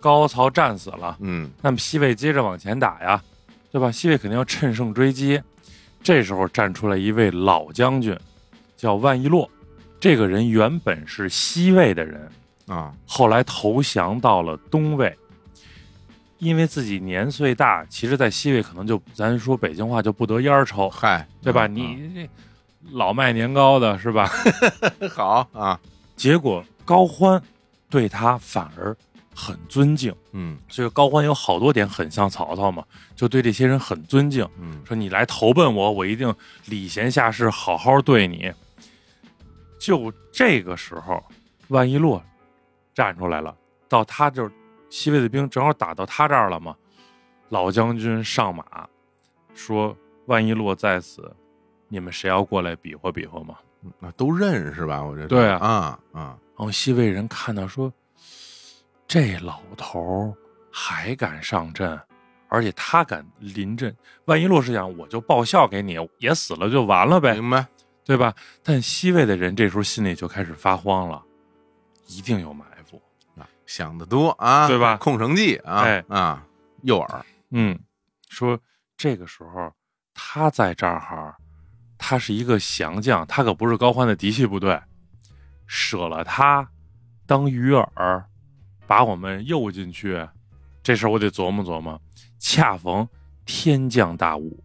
S3: 高曹战死了，
S2: 嗯，
S3: 那么西魏接着往前打呀，对吧？西魏肯定要乘胜追击。这时候站出来一位老将军，叫万一洛。这个人原本是西魏的人，
S2: 啊，
S3: 后来投降到了东魏，因为自己年岁大，其实，在西魏可能就咱说北京话就不得烟儿抽，
S2: 嗨，
S3: 对吧？
S2: 嗯
S3: 你这老卖年糕的是吧？
S2: 嗯好啊，
S3: 结果高欢对他反而很尊敬，
S2: 嗯
S3: 所以高欢有好多点很像曹操嘛，就对这些人很尊敬，
S2: 嗯，
S3: 说你来投奔我，我一定礼贤下士，好好对你。就这个时候，万一洛站出来了，到他就是西魏的兵正好打到他这儿了嘛。老将军上马说：“万一洛在此，你们谁要过来比划比划吗
S2: 那啊都认识吧？我觉得
S3: 对啊
S2: 啊啊，？”
S3: 然后西魏人看到说：“这老头儿还敢上阵，而且他敢临阵。万一洛是想我就报效给你，也死了就完了呗。”
S2: 明白？
S3: 对吧？但西魏的人这时候心里就开始发慌了，一定有埋伏。
S2: 啊想得多啊，
S3: 对吧
S2: 空城计啊，
S3: 哎
S2: 啊，诱饵，
S3: 嗯，说这个时候他在这儿哈，他是一个降将，他可不是高欢的嫡系部队，舍了他当鱼饵，把我们诱进去，这事儿我得琢磨琢磨。恰逢天降大雾，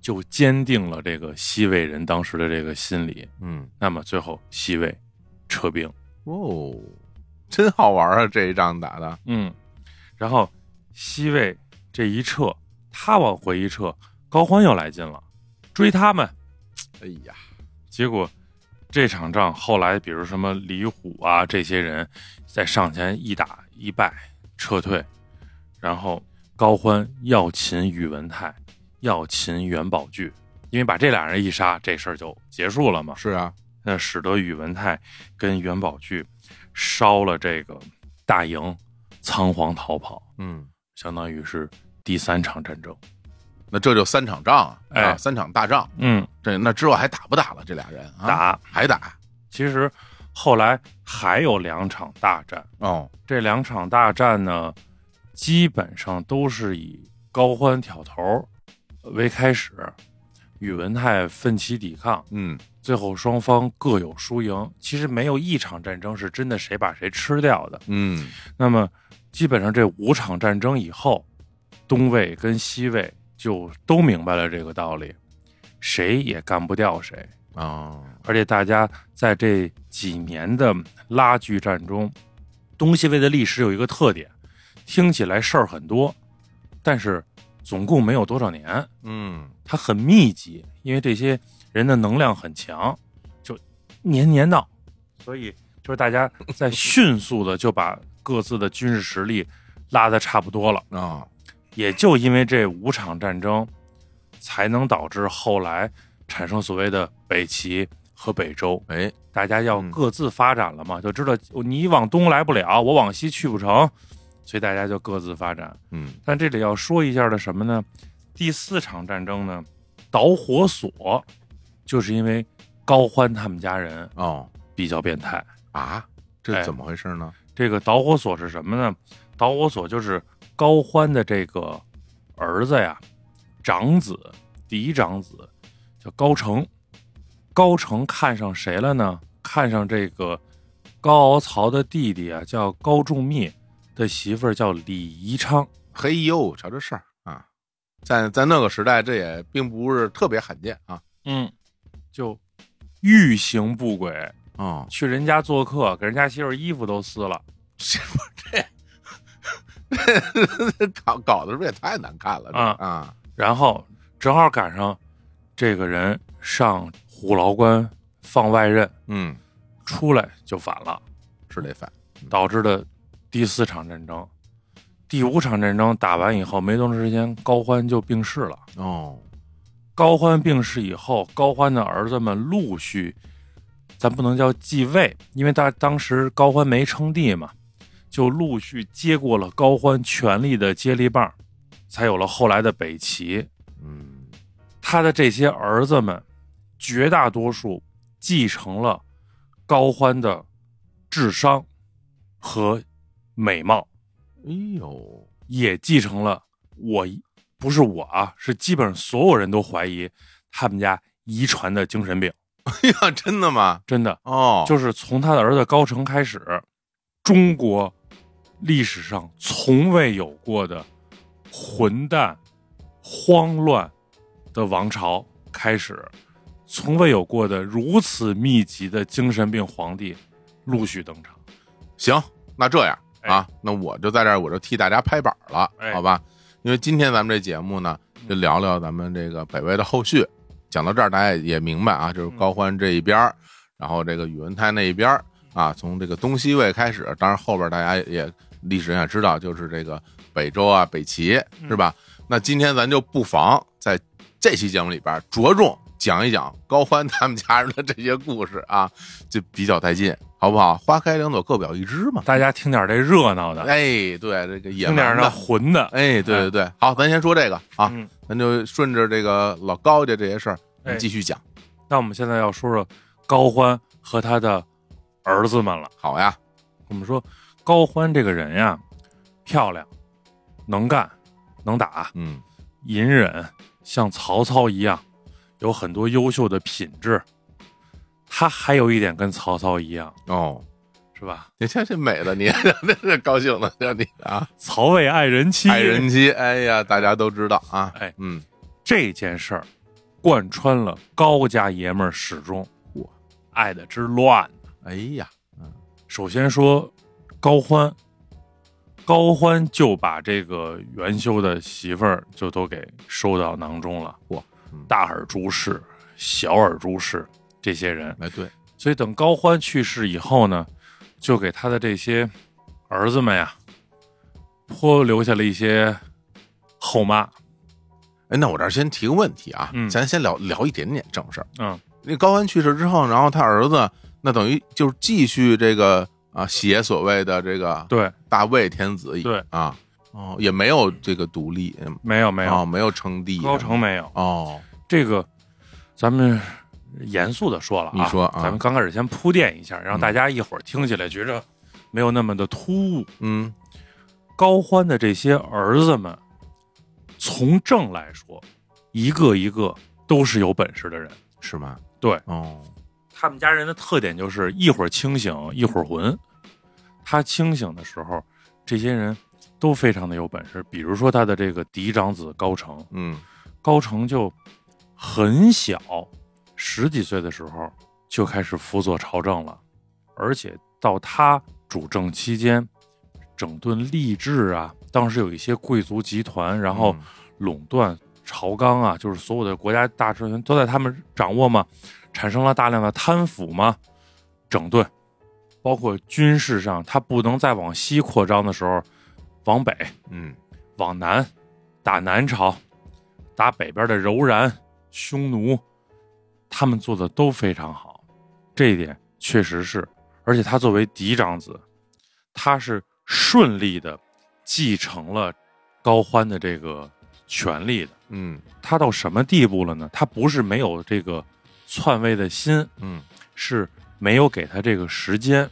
S3: 就坚定了这个西魏人当时的这个心理。
S2: 嗯，
S3: 那么最后西魏撤兵。
S2: 哦，真好玩啊，这一仗打的，
S3: 嗯，然后西魏这一撤，他往回一撤，高欢又来劲了，追他们。
S2: 哎呀，
S3: 结果这场仗后来，比如什么李虎啊这些人，在上前一打一败，撤退，然后高欢要擒宇文泰，要擒元宝炬，因为把这俩人一杀，这事儿就结束了嘛。
S2: 是啊，
S3: 那使得宇文泰跟元宝炬烧了这个大营，仓皇逃跑，
S2: 嗯，
S3: 相当于是第三场战争。
S2: 那这就三场仗啊，
S3: 哎
S2: 啊三场大仗，
S3: 嗯，
S2: 这那之后还打不打了？这俩人啊，
S3: 打、
S2: 还打
S3: 其实后来还有两场大战，
S2: 哦，
S3: 这两场大战呢，基本上都是以高欢挑头为开始，宇文泰奋起抵抗，
S2: 嗯
S3: 最后双方各有输赢。其实没有一场战争是真的谁把谁吃掉的。
S2: 嗯，
S3: 那么基本上这五场战争以后，东魏跟西魏就都明白了这个道理，谁也干不掉谁。
S2: 哦，
S3: 而且大家在这几年的拉锯战中，东西魏的历史有一个特点，听起来事儿很多，但是总共没有多少年，
S2: 嗯，
S3: 它很密集，因为这些人的能量很强，就年年闹，所以就是大家在迅速的就把各自的军事实力拉的差不多了。
S2: 啊，
S3: 也就因为这五场战争，才能导致后来产生所谓的北齐和北周。
S2: 哎，
S3: 大家要
S2: 嗯
S3: 各自发展了嘛，就知道你往东来不了，我往西去不成，所以大家就各自发展。
S2: 嗯，
S3: 但这里要说一下的什么呢？第四场战争呢，导火索就是因为高欢他们家人
S2: 哦
S3: 比较变态。
S2: 啊，这
S3: 哎
S2: 怎么回事呢？
S3: 这个导火索是什么呢？导火索就是高欢的这个儿子呀，长子，第一长子叫高成。高成看上谁了呢？看上这个高敖曹的弟弟啊，叫高仲密的媳妇儿叫李宜昌。
S2: 嘿呦，瞧这事儿啊，在在那个时代，这也并不是特别罕见啊。
S3: 嗯，就欲行不轨，
S2: 哦，
S3: 去人家做客，给人家媳妇儿衣服都撕了。
S2: 搞搞的是不是也太难看了？这
S3: 啊
S2: 啊，
S3: 然后正好赶上这个人上虎牢关放外任，
S2: 嗯，
S3: 出来就反了，
S2: 是得反。
S3: 导致的第四场战争。第五场战争打完以后，没多长时间，高欢就病逝了。
S2: 哦，
S3: 高欢病逝以后，高欢的儿子们陆续，咱不能叫继位，因为他当时高欢没称帝嘛，就陆续接过了高欢权力的接力棒，才有了后来的北齐。
S2: 嗯，
S3: 他的这些儿子们，绝大多数继承了高欢的智商和美貌，
S2: 哎呦，
S3: 也继承了我不是我啊，是基本上所有人都怀疑他们家遗传的精神病，
S2: 哎呀， [LAUGHS] 真的吗？
S3: 真的
S2: 哦，
S3: 就是从他的儿子高成开始，中国历史上从未有过的混蛋、慌乱的王朝开始，从未有过的如此密集的精神病皇帝陆续登场。
S2: 行，那这样啊，那我就在这儿，我就替大家拍板了，
S3: 哎
S2: 好吧？因为今天咱们这节目呢，就聊聊咱们这个北魏的后续。讲到这儿，大家也明白啊，就是高欢这一边儿，然后这个宇文泰那一边儿啊，从这个东西魏开始，当然后边大家也历史上也知道，就是这个北周啊、北齐是吧？那今天咱就不妨在这期节目里边儿着重讲一讲高欢他们家人的这些故事啊，就比较带劲，好不好？花开两朵，各表一枝嘛。
S3: 大家听点这热闹的，
S2: 哎，对，这个野
S3: 听
S2: 蛮
S3: 点那
S2: 的，
S3: 混的
S2: 哎，对对对，好，咱先说这个啊，
S3: 嗯
S2: 咱就顺着这个老高家这些事儿，
S3: 哎
S2: 咱继续讲，
S3: 那我们现在要说说高欢和他的儿子们了。
S2: 好呀，
S3: 我们说高欢这个人呀，漂亮，能干，能打，
S2: 嗯
S3: 隐忍，像曹操一样，有很多优秀的品质。他还有一点跟曹操一样，
S2: 哦，
S3: 是吧？
S2: 你瞧这美 [LAUGHS] 的，你这这高兴的，这你啊，
S3: 曹魏爱人妻，
S2: 爱人妻，哎呀，大家都知道啊，
S3: 哎
S2: 嗯，
S3: 这件事儿贯穿了高家爷们儿始终。
S2: 嚯，
S3: 爱的之乱！
S2: 哎呀，
S3: 首先说高欢，高欢就把这个元修的媳妇儿就都给收到囊中了。
S2: 哇嗯
S3: 大耳朱氏、小耳朱氏这些人，
S2: 哎，对，
S3: 所以等高欢去世以后呢，就给他的这些儿子们呀，颇留下了一些后妈。
S2: 哎，那我这儿先提个问题啊，
S3: 嗯
S2: 咱先聊聊一点点正事儿。
S3: 嗯，
S2: 那高欢去世之后，然后他儿子那等于就是继续这个啊写所谓的这个
S3: 对，
S2: 大魏天子以
S3: 对
S2: 啊，哦，也没有这个独立，嗯
S3: 没有没有，
S2: 哦没有称帝，
S3: 高成没有
S2: 哦，
S3: 这个，咱们严肃的说了啊，
S2: 你说啊
S3: 咱们刚开始先铺垫一下，让大家一会儿听起来觉着没有那么的突兀。
S2: 嗯，
S3: 高欢的这些儿子们，从政来说，一个一个都是有本事的人。
S2: 是吗？
S3: 对，
S2: 哦，
S3: 他们家人的特点就是一会儿清醒一会儿浑。他清醒的时候，这些人都非常的有本事。比如说他的这个嫡长子高成，
S2: 嗯，
S3: 高成就很小，十几岁的时候就开始辅佐朝政了，而且到他主政期间，整顿吏治啊，当时有一些贵族集团，然后
S2: 嗯
S3: 垄断朝纲啊，就是所有的国家大政权都在他们掌握嘛，产生了大量的贪腐嘛，整顿，包括军事上，他不能再往西扩张的时候，往北
S2: 嗯，
S3: 往南打南朝，打北边的柔然、匈奴，他们做的都非常好，这一点确实是。而且他作为嫡长子，他是顺利的继承了高欢的这个权利的。
S2: 嗯，
S3: 他到什么地步了呢？他不是没有这个篡位的心，
S2: 嗯，
S3: 是没有给他这个时间。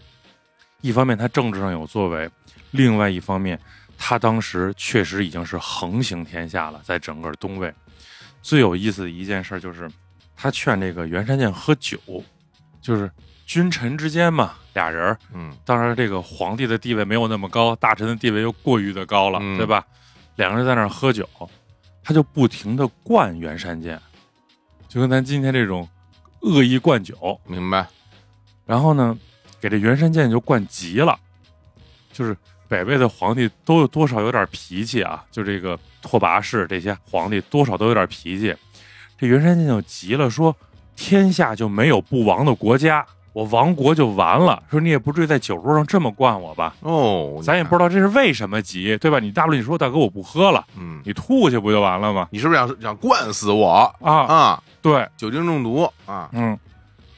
S3: 一方面他政治上有作为，另外一方面他当时确实已经是横行天下了，在整个东魏。最有意思的一件事就是，他劝这个袁山剑喝酒，就是君臣之间嘛，俩人儿
S2: 嗯，
S3: 当然，这个皇帝的地位没有那么高，大臣的地位又过于的高了，
S2: 嗯
S3: 对吧？两个人在那儿喝酒，他就不停的灌袁山剑，就跟咱今天这种恶意灌酒。
S2: 明白，
S3: 然后呢，给这袁山剑就灌急了，就是北魏的皇帝都有多少有点脾气啊，就这个拓跋氏这些皇帝多少都有点脾气。这袁山剑就急了，说：“天下就没有不亡的国家，我亡国就完了。说你也不至于在酒桌上这么灌我吧？
S2: 哦，
S3: 咱也不知
S2: 道，
S3: 道这是为什么急，对吧？你大不了你说大哥我不喝了，
S2: 嗯，
S3: 你吐去不就完了吗？
S2: 你是不是想想灌死我
S3: 啊，
S2: 啊？
S3: 对，
S2: 酒精中毒啊？
S3: 嗯。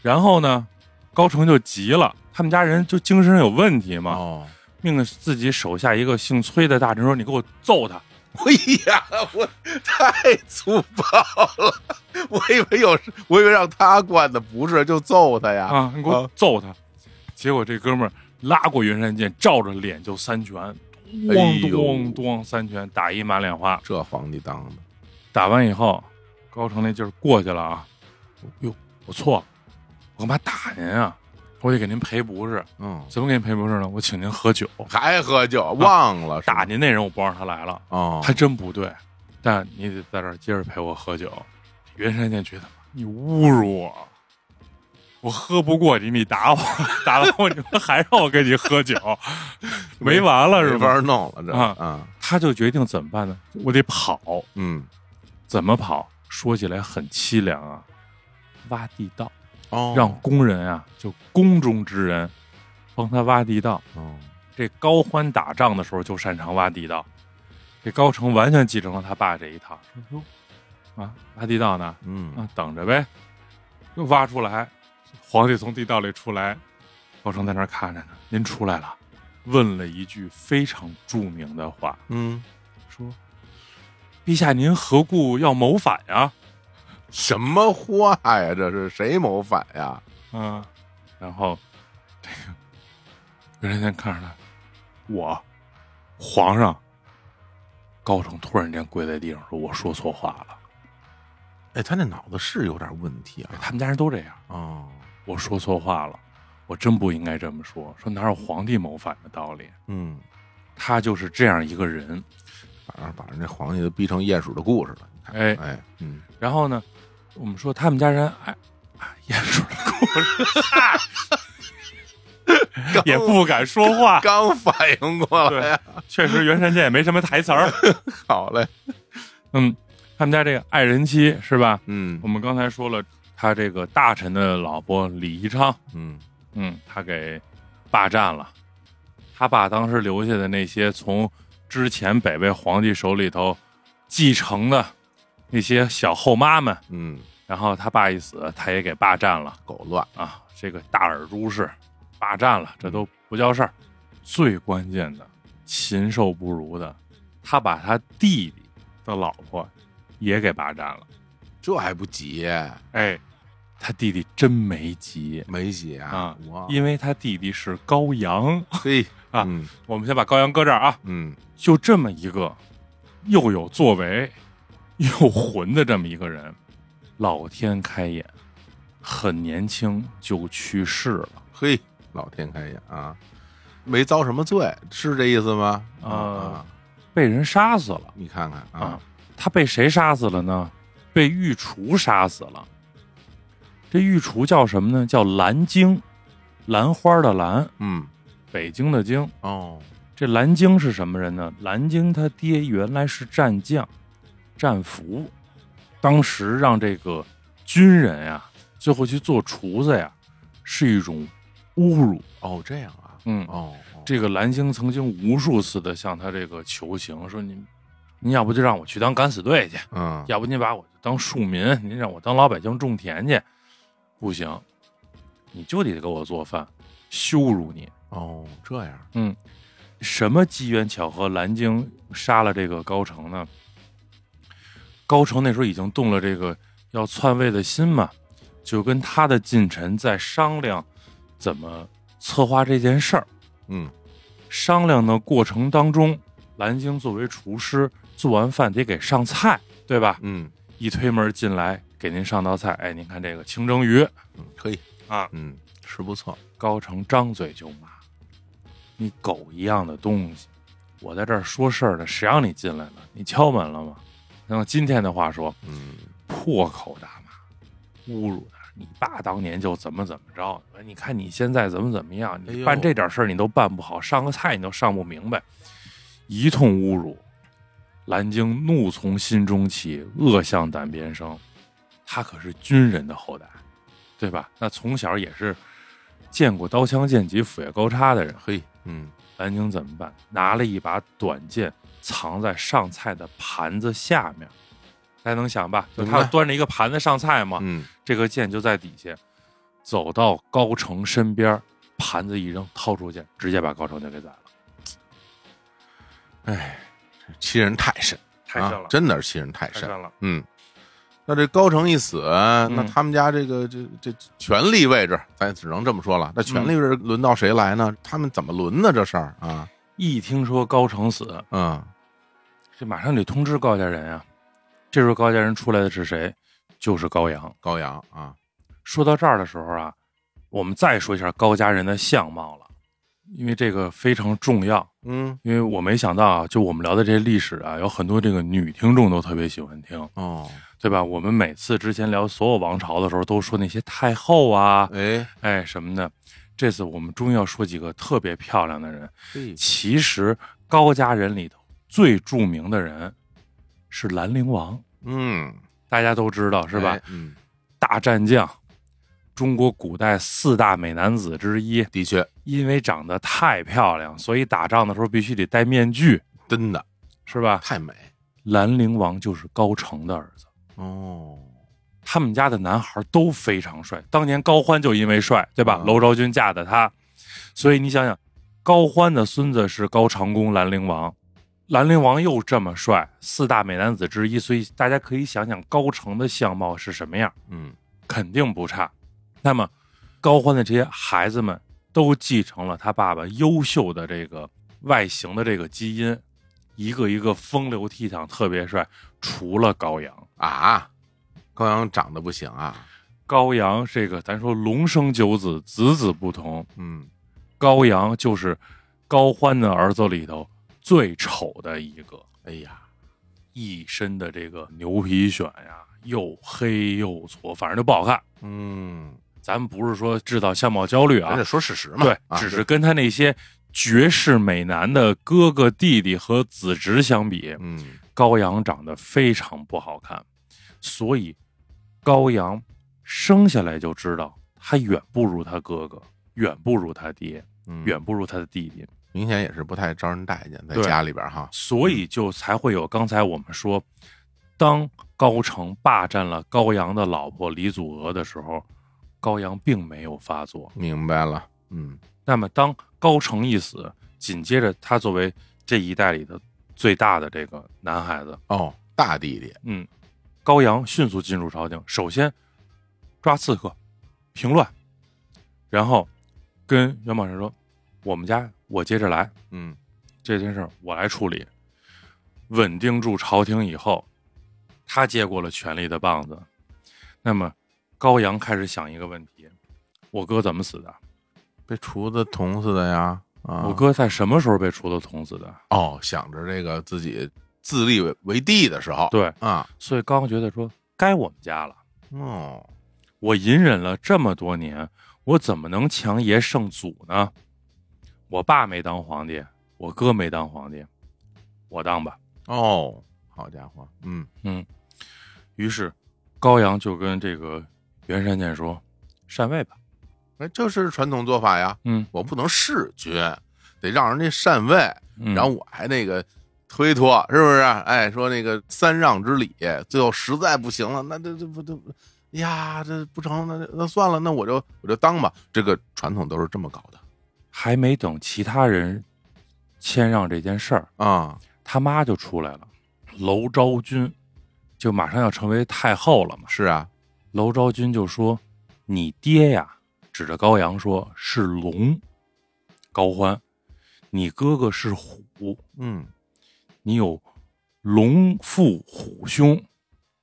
S3: 然后呢，高成就急了，他们家人就精神上有问题嘛，
S2: 哦，
S3: 命自己手下一个姓崔的大臣说：“你给我揍他
S2: 哎呀，我太粗暴了，我以为有，我以为让他灌的，不是就揍他呀？
S3: 啊！你给我揍他！”结果这哥们儿拉过云山剑，照着脸就三拳，
S2: 哎
S3: 咣
S2: 呦
S3: 咣咣三拳打一满脸花。
S2: 这皇帝当的，
S3: 打完以后，高成那劲儿过去了啊！哟，我错了，我干嘛打您啊？我得给您赔不是。
S2: 嗯，
S3: 怎么给您赔不是呢？我请您喝酒，
S2: 还喝酒，忘了、
S3: 啊打
S2: 你
S3: 您那人我不让他来了，
S2: 哦，
S3: 还真不对。但你得在这儿接着陪我喝酒。袁山剑觉得你侮辱我，我喝不过你，你打我， [LAUGHS] 打了我，你们还让我跟你喝
S2: [LAUGHS]
S3: 酒，没完了是
S2: 没法
S3: 吧？
S2: 弄了这
S3: 啊
S2: 啊，
S3: 他就决定怎么办呢？我得跑，
S2: 嗯，
S3: 怎么跑？说起来很凄凉啊，挖地道。
S2: 哦，
S3: 让工人啊，就宫中之人帮他挖地道。
S2: 哦
S3: 这高欢打仗的时候就擅长挖地道，这高成完全继承了他爸这一套。说哟，啊，挖地道呢，
S2: 嗯，
S3: 啊，等着呗，又挖出来，皇帝从地道里出来，高成在那儿看着呢。您出来了，问了一句非常著名的话，
S2: 嗯，
S3: 说：“陛下，您何故要谋反呀、
S2: 什么话呀？这是谁谋反呀？
S3: 嗯，然后这个袁山剑看着他，我皇上高成突然间跪在地上说：“我说错话了。哎
S2: 哎，他那脑子是有点问题啊，
S3: 他们家人都这样，
S2: 哦，
S3: 我说错话了，我真不应该这么说。说哪有皇帝谋反的道理？
S2: 嗯，
S3: 他就是这样一个人。
S2: 反正把人这皇帝都逼成鼹鼠的故事了，你看，
S3: 哎
S2: 哎，嗯，
S3: 然后呢，我们说他们家人哎，哎鼹鼠的故事，也不敢说话。
S2: 刚反应过来，
S3: 啊对，确实袁山剑也没什么台词儿。
S2: 好嘞，
S3: 嗯，他们家这个爱人妻是吧？
S2: 嗯
S3: 我们刚才说了，他这个大臣的老婆李宜昌，
S2: 嗯
S3: 嗯，他给霸占了。他爸当时留下的那些从之前北魏皇帝手里头继承的那些小后妈们，
S2: 嗯，
S3: 然后他爸一死，他也给霸占了
S2: 狗乱，
S3: 啊！这个大耳都氏霸占了，这都不叫事儿。最关键的，禽兽不如的，他把他弟弟的老婆也给霸占了。
S2: 这还不急？
S3: 哎，他弟弟真没急
S2: 没急啊
S3: 啊！
S2: 哇，
S3: 因为他弟弟是高阳。
S2: 嘿
S3: 啊
S2: 嗯
S3: 我们先把高阳搁这儿啊，
S2: 嗯
S3: 就这么一个又有作为又混的这么一个人，老天开眼，很年轻就去世了。
S2: 嘿，老天开眼啊！没遭什么罪，是这意思吗？
S3: 啊
S2: 啊，
S3: 被人杀死了
S2: 你看看
S3: 啊
S2: 啊，！
S3: 他被谁杀死了呢？被御厨杀死了。这御厨叫什么呢？叫兰京，兰花的兰，
S2: 嗯
S3: 北京的京。
S2: 哦，
S3: 这蓝鲸是什么人呢？蓝鲸他爹原来是战将，战俘，当时让这个军人呀，最后去做厨子呀，是一种侮辱。
S2: 哦，这样啊，
S3: 嗯
S2: 哦，哦
S3: 这个蓝鲸曾经无数次的向他这个求情，说您，您要不就让我去当敢死队去，
S2: 嗯，
S3: 要不您把我当庶民，您让我当老百姓种田去，不行，你就得给我做饭，羞辱你。
S2: 哦，这样，
S3: 什么机缘巧合，蓝鲸杀了这个高成呢？高成那时候已经动了这个要篡位的心嘛，就跟他的近臣在商量怎么策划这件事儿。
S2: 嗯
S3: 商量的过程当中，蓝鲸作为厨师，做完饭得给上菜，对吧？
S2: 嗯
S3: 一推门进来，给您上道菜，哎，您看这个清蒸鱼，
S2: 嗯，可以
S3: 啊，
S2: 嗯，是不错，
S3: 高成张嘴就骂：“你狗一样的东西！我在这儿说事儿呢，谁让你进来了？你敲门了吗？”用今天的话说，
S2: 嗯
S3: 破口大骂，侮辱他。你爸当年就怎么怎么着，你看你现在怎么怎么样，
S2: 哎
S3: 你
S2: 呦
S3: 办这点事儿你都办不好，上个菜你都上不明白，一通侮辱。蓝鲸怒从心中起，恶向胆边生。他可是军人的后代，对吧？那从小也是见过刀枪剑戟、斧钺钩叉的人。
S2: 嘿，嗯
S3: 蓝鲸怎么办？拿了一把短剑藏在上菜的盘子下面，大家能想吧？就
S2: 明
S3: 他
S2: 白
S3: 端着一个盘子上菜嘛，
S2: 嗯，
S3: 这个剑就在底下，走到高成身边，盘子一扔，掏出剑，直接把高成就给宰了，
S2: 哎，这欺人太甚，
S3: 太
S2: 啊
S3: 深了，
S2: 真的是欺人太
S3: 太
S2: 甚
S3: 深，了。
S2: 嗯。那这高成一死，那他们家这个这这权力位置，咱也只能这么说了。那权力位置轮到谁来呢？他们怎么轮呢？这事儿啊，
S3: 一听说高成死，
S2: 嗯，
S3: 这马上得通知高家人啊。这时候高家人出来的是谁？就是高阳。
S2: 高阳啊，
S3: 说到这儿的时候啊，我们再说一下高家人的相貌了，因为这个非常重要。
S2: 嗯，
S3: 因为我没想到啊，就我们聊的这些历史啊，有很多这个女听众都特别喜欢听，
S2: 哦，
S3: 对吧？我们每次之前聊所有王朝的时候，都说那些太后啊，
S2: 哎，
S3: 哎什么的。这次我们终于要说几个特别漂亮的人。
S2: 嘿
S3: 其实高家人里头最著名的人是兰陵王，
S2: 嗯，
S3: 大家都知道是吧？
S2: 哎？嗯，
S3: 大战将，中国古代四大美男子之一。
S2: 的确，
S3: 因为长得太漂亮，所以打仗的时候必须得戴面具，
S2: 真的
S3: 是吧？
S2: 太美
S3: 兰陵王就是高成的儿子，
S2: 哦，
S3: 他们家的男孩都非常帅。当年高欢就因为帅，对吧？
S2: 嗯
S3: 娄昭君嫁的他，所以你想想，高欢的孙子是高长恭兰陵王，兰陵王又这么帅，四大美男子之一，所以大家可以想想高成的相貌是什么样，
S2: 嗯，
S3: 肯定不差。那么，高欢的这些孩子们都继承了他爸爸优秀的这个外形的这个基因，一个一个风流倜傥，特别帅，除了高阳。
S2: 啊，高阳长得不行啊，
S3: 高阳这个，咱说龙生九子，子子不同。
S2: 嗯，
S3: 高阳就是高欢的儿子里头最丑的一个，
S2: 哎呀，
S3: 一身的这个牛皮癣呀，又黑又矬，反正就不好看。
S2: 嗯，
S3: 咱们不是说制造相貌焦虑
S2: 咱
S3: 啊
S2: 得，说事实嘛，
S3: 对，
S2: 啊
S3: 只是跟他那些绝世美男的哥哥、弟弟和子侄相比，
S2: 嗯
S3: 高阳长得非常不好看，所以高阳生下来就知道他远不如他哥哥，远不如他爹，
S2: 嗯，
S3: 远不如他的弟弟，
S2: 明显也是不太招人待见，在
S3: 对
S2: 家里边儿哈，
S3: 所以就才会有刚才我们说，当高成霸占了高阳的老婆李祖娥的时候，高阳并没有发作。
S2: 明白了，嗯
S3: 那么当高成一死，紧接着他作为这一代里的最大的这个男孩子，
S2: 哦，大弟弟，
S3: 嗯，高阳迅速进入朝廷，首先抓刺客，平乱，然后跟袁宝臣说：“我们家我接着来
S2: 嗯
S3: 这件事，儿，我来处理。”稳定住朝廷以后，他接过了权力的棒子。那么，高阳开始想一个问题：我哥怎么死的？
S2: 被厨子捅死的呀，啊，
S3: 我哥在什么时候被厨子捅死的？
S2: 哦，想着这个自己自立为为帝的时候，
S3: 对，
S2: 啊，
S3: 所以高阳觉得说该我们家了。
S2: 哦，
S3: 我隐忍了这么多年，我怎么能强爷圣祖呢？我爸没当皇帝，我哥没当皇帝，我当吧。
S2: 哦，好家伙，嗯
S3: 于是，高阳就跟这个袁山健说：“禅位吧。
S2: 哎，这是传统做法呀。
S3: 嗯，
S2: 我不能弑君，得让人家禅位，
S3: 嗯”
S2: 然后我还那个推脱，是不是？哎，说那个三让之礼，最后实在不行了，那这这不这，哎呀，这不成，那那算了，那我就我就当吧。这个传统都是这么搞的
S3: 还没等其他人谦让这件事儿，
S2: 啊。
S3: 他妈就出来了，娄昭君就马上要成为太后了嘛。
S2: 是啊，
S3: 娄昭君就说：“你爹呀，指着高阳说是龙，高欢，你哥哥是虎，
S2: 嗯，
S3: 你有龙父虎兄，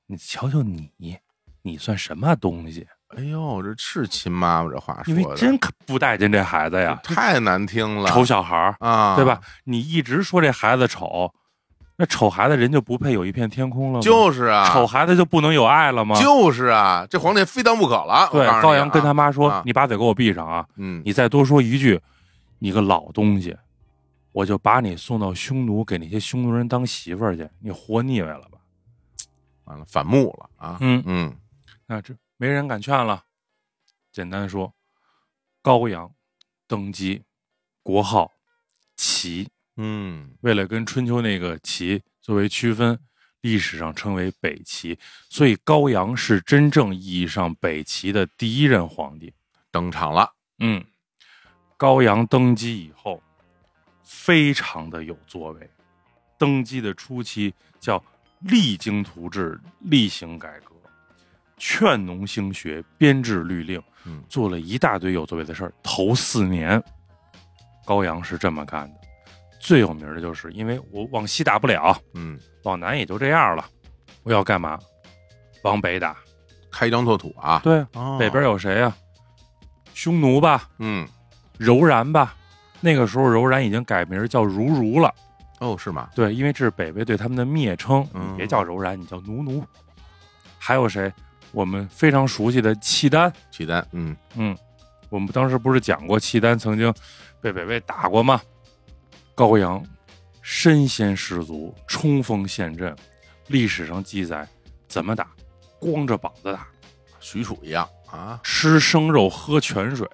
S3: 你瞧瞧你，你算什么东西？啊
S2: 哎呦，这是亲妈妈这话说
S3: 因为
S2: 的，
S3: 真可不待见这孩子呀，
S2: 太难听了，
S3: 丑小孩儿，
S2: 啊，
S3: 对吧？？你一直说这孩子丑，那丑孩子人就不配有一片天空了吗？
S2: 就是啊，
S3: 丑孩子就不能有爱了吗？
S2: 就是啊，这皇帝非当不可了。我
S3: 对
S2: 告诉，你
S3: 高阳跟
S2: 啊
S3: 他妈说：“
S2: 啊
S3: 你把嘴给我闭上啊！”
S2: 嗯，
S3: 你再多说一句，你个老东西，我就把你送到匈奴给那些匈奴人当媳妇儿去，你活腻歪了吧？
S2: 完了反目了啊。
S3: 嗯
S2: 嗯
S3: 那这没人敢劝了。简单说，高阳登基，国号齐，
S2: 嗯，
S3: 为了跟春秋那个齐作为区分，历史上称为北齐，所以高阳是真正意义上北齐的第一任皇帝。
S2: 登场了。
S3: 嗯，高阳登基以后，非常的有作为。登基的初期叫励精图治，厉行改革，劝农兴学，编制律令，
S2: 嗯
S3: 做了一大堆有作为的事儿。头四年，高阳是这么干的。最有名的就是，因为我往西打不了，
S2: 嗯，
S3: 往南也就这样了，我要干嘛？往北打。
S2: 开疆拓土啊。
S3: 对啊，
S2: 哦
S3: 北边有谁呀、匈奴吧，
S2: 嗯
S3: 柔然吧。那个时候，柔然已经改名叫如如了。
S2: 哦是吗？
S3: 对，因为这是北魏对他们的蔑称，
S2: 嗯
S3: 你别叫柔然，你叫奴奴。还有谁？我们非常熟悉的契丹。
S2: 契丹。嗯
S3: 嗯，我们当时不是讲过契丹曾经被北魏打过吗？高阳身先士卒，冲锋陷阵。历史上记载怎么打，光着膀子打，
S2: 许褚一样啊。
S3: 吃生肉，喝泉水，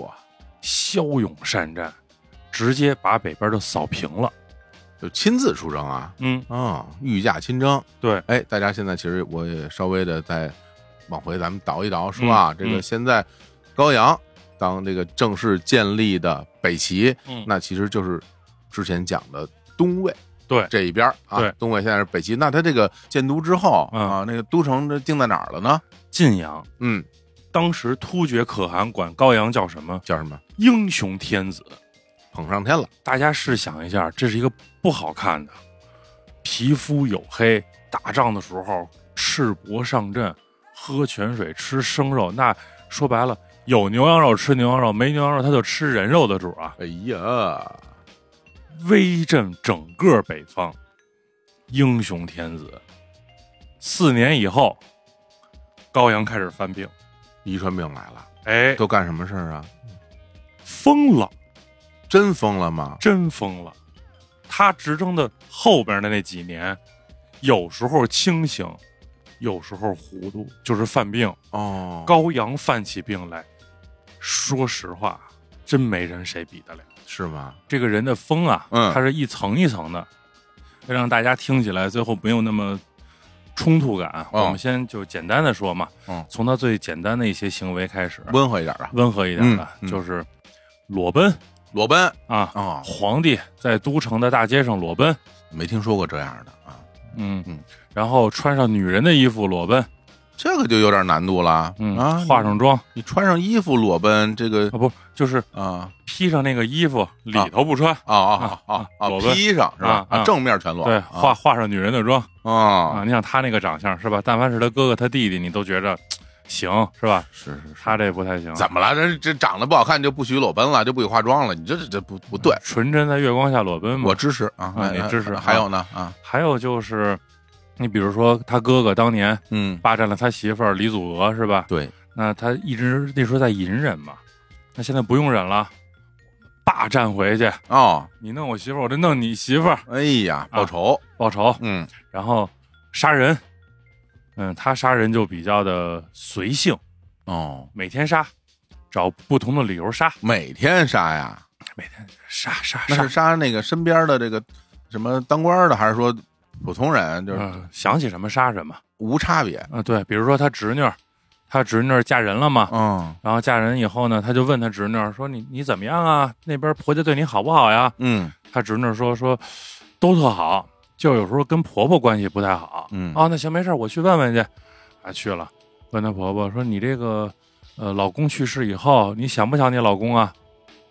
S2: 哇，
S3: 骁勇善战，直接把北边就扫平了。
S2: 就亲自出征啊。
S3: 嗯，
S2: 啊，御驾亲征。
S3: 对，
S2: 哎，大家现在其实我也稍微的再往回咱们倒一倒说啊，
S3: 嗯
S2: 这个
S3: 嗯
S2: 现在高阳当这个正式建立的北齐，
S3: 嗯
S2: 那其实就是之前讲的东魏。
S3: 对
S2: 这一边儿啊
S3: 对，
S2: 东魏现在是北齐。那他这个建都之后、
S3: 嗯
S2: 啊，那个都城这定在哪儿了呢？
S3: 晋阳
S2: 嗯，
S3: 当时突厥可汗管高阳叫什么？
S2: 叫什么？
S3: 英雄天子。
S2: 捧上天了。
S3: 大家试想一下，这是一个不好看的，皮肤黝黑，打仗的时候赤膊上阵，喝泉水，吃生肉。那说白了，有牛羊肉吃牛羊肉，没牛羊肉他就吃人肉的主啊，
S2: 哎呀，
S3: 威震整个北方，英雄天子。四年以后，高阳开始犯病，
S2: 遗传病来了，
S3: 哎，
S2: 都干什么事儿啊？
S3: 疯了，
S2: 真疯了吗？
S3: 真疯了。他执政的后边的那几年，有时候清醒，有时候糊涂，就是犯病，
S2: 哦，
S3: 羔羊犯起病来。说实话，真没人谁比得了。
S2: 是吗？
S3: 这个人的疯啊，
S2: 嗯
S3: 它是一层一层的，为了让大家听起来最后没有那么冲突感啊，
S2: 哦
S3: 我们先就简单的说嘛，
S2: 嗯
S3: 从他最简单的一些行为开始，
S2: 温和一点吧。
S3: 温和一点的，
S2: 嗯嗯
S3: 就是裸奔
S2: 裸奔
S3: 啊，
S2: 哦，
S3: 皇帝在都城的大街上裸奔，
S2: 没听说过这样的啊，
S3: 嗯
S2: 嗯，
S3: 然后穿上女人的衣服裸奔，
S2: 这个就有点难度了、
S3: 嗯，
S2: 啊。
S3: 化上妆啊，
S2: 你穿上衣服裸奔，这个
S3: 不就是
S2: 啊
S3: 披上那个衣服里头不穿，
S2: 啊啊
S3: 啊
S2: 啊啊
S3: 裸，奔
S2: 披上是吧
S3: 啊？啊
S2: 正面全裸，
S3: 对，
S2: 啊
S3: 化化上女人的妆，啊，
S2: 啊，
S3: 你想他那个长相是吧？但凡是他哥哥、他弟弟，你都觉着行是吧？
S2: 是是是，
S3: 他这不太行，
S2: 怎么了？这这长得不好看就不许裸奔了，就不许化妆了？你这这这不不对，
S3: 嗯纯真在月光下裸奔嘛
S2: 我。支持啊，
S3: 啊你
S2: 哎
S3: 支持
S2: 还有呢啊，
S3: 还有就是，你比如说他哥哥当年
S2: 嗯，
S3: 霸占了他媳妇儿李祖娥是吧？
S2: 对，
S3: 那他一直那时候在隐忍嘛，那现在不用忍了，霸占回去，
S2: 哦，
S3: 你弄我媳妇儿，我就弄你媳妇儿，
S2: 哎呀，报仇，
S3: 报仇，
S2: 嗯，
S3: 然后杀人。嗯，他杀人就比较的随性，
S2: 哦，
S3: 每天杀，找不同的理由杀，
S2: 每天杀呀，
S3: 每天杀杀
S2: 那
S3: 杀
S2: 是杀那个身边的这个什么当官的，还是说普通人？就是
S3: 嗯，想起什么杀什么
S2: 无差别。
S3: 啊？对，比如说他侄女儿，他侄女儿嫁人了嘛，
S2: 嗯
S3: 然后嫁人以后呢，他就问他侄女儿说：“你你怎么样啊？那边婆家对你好不好呀
S2: 嗯，？”
S3: 他侄女儿说：“说都特好，就有时候跟婆婆关系不太好。”
S2: 嗯
S3: 啊，那行没事儿，我去问问去。啊，去了，问他婆婆说：“你这个呃，老公去世以后，你想不想你老公啊？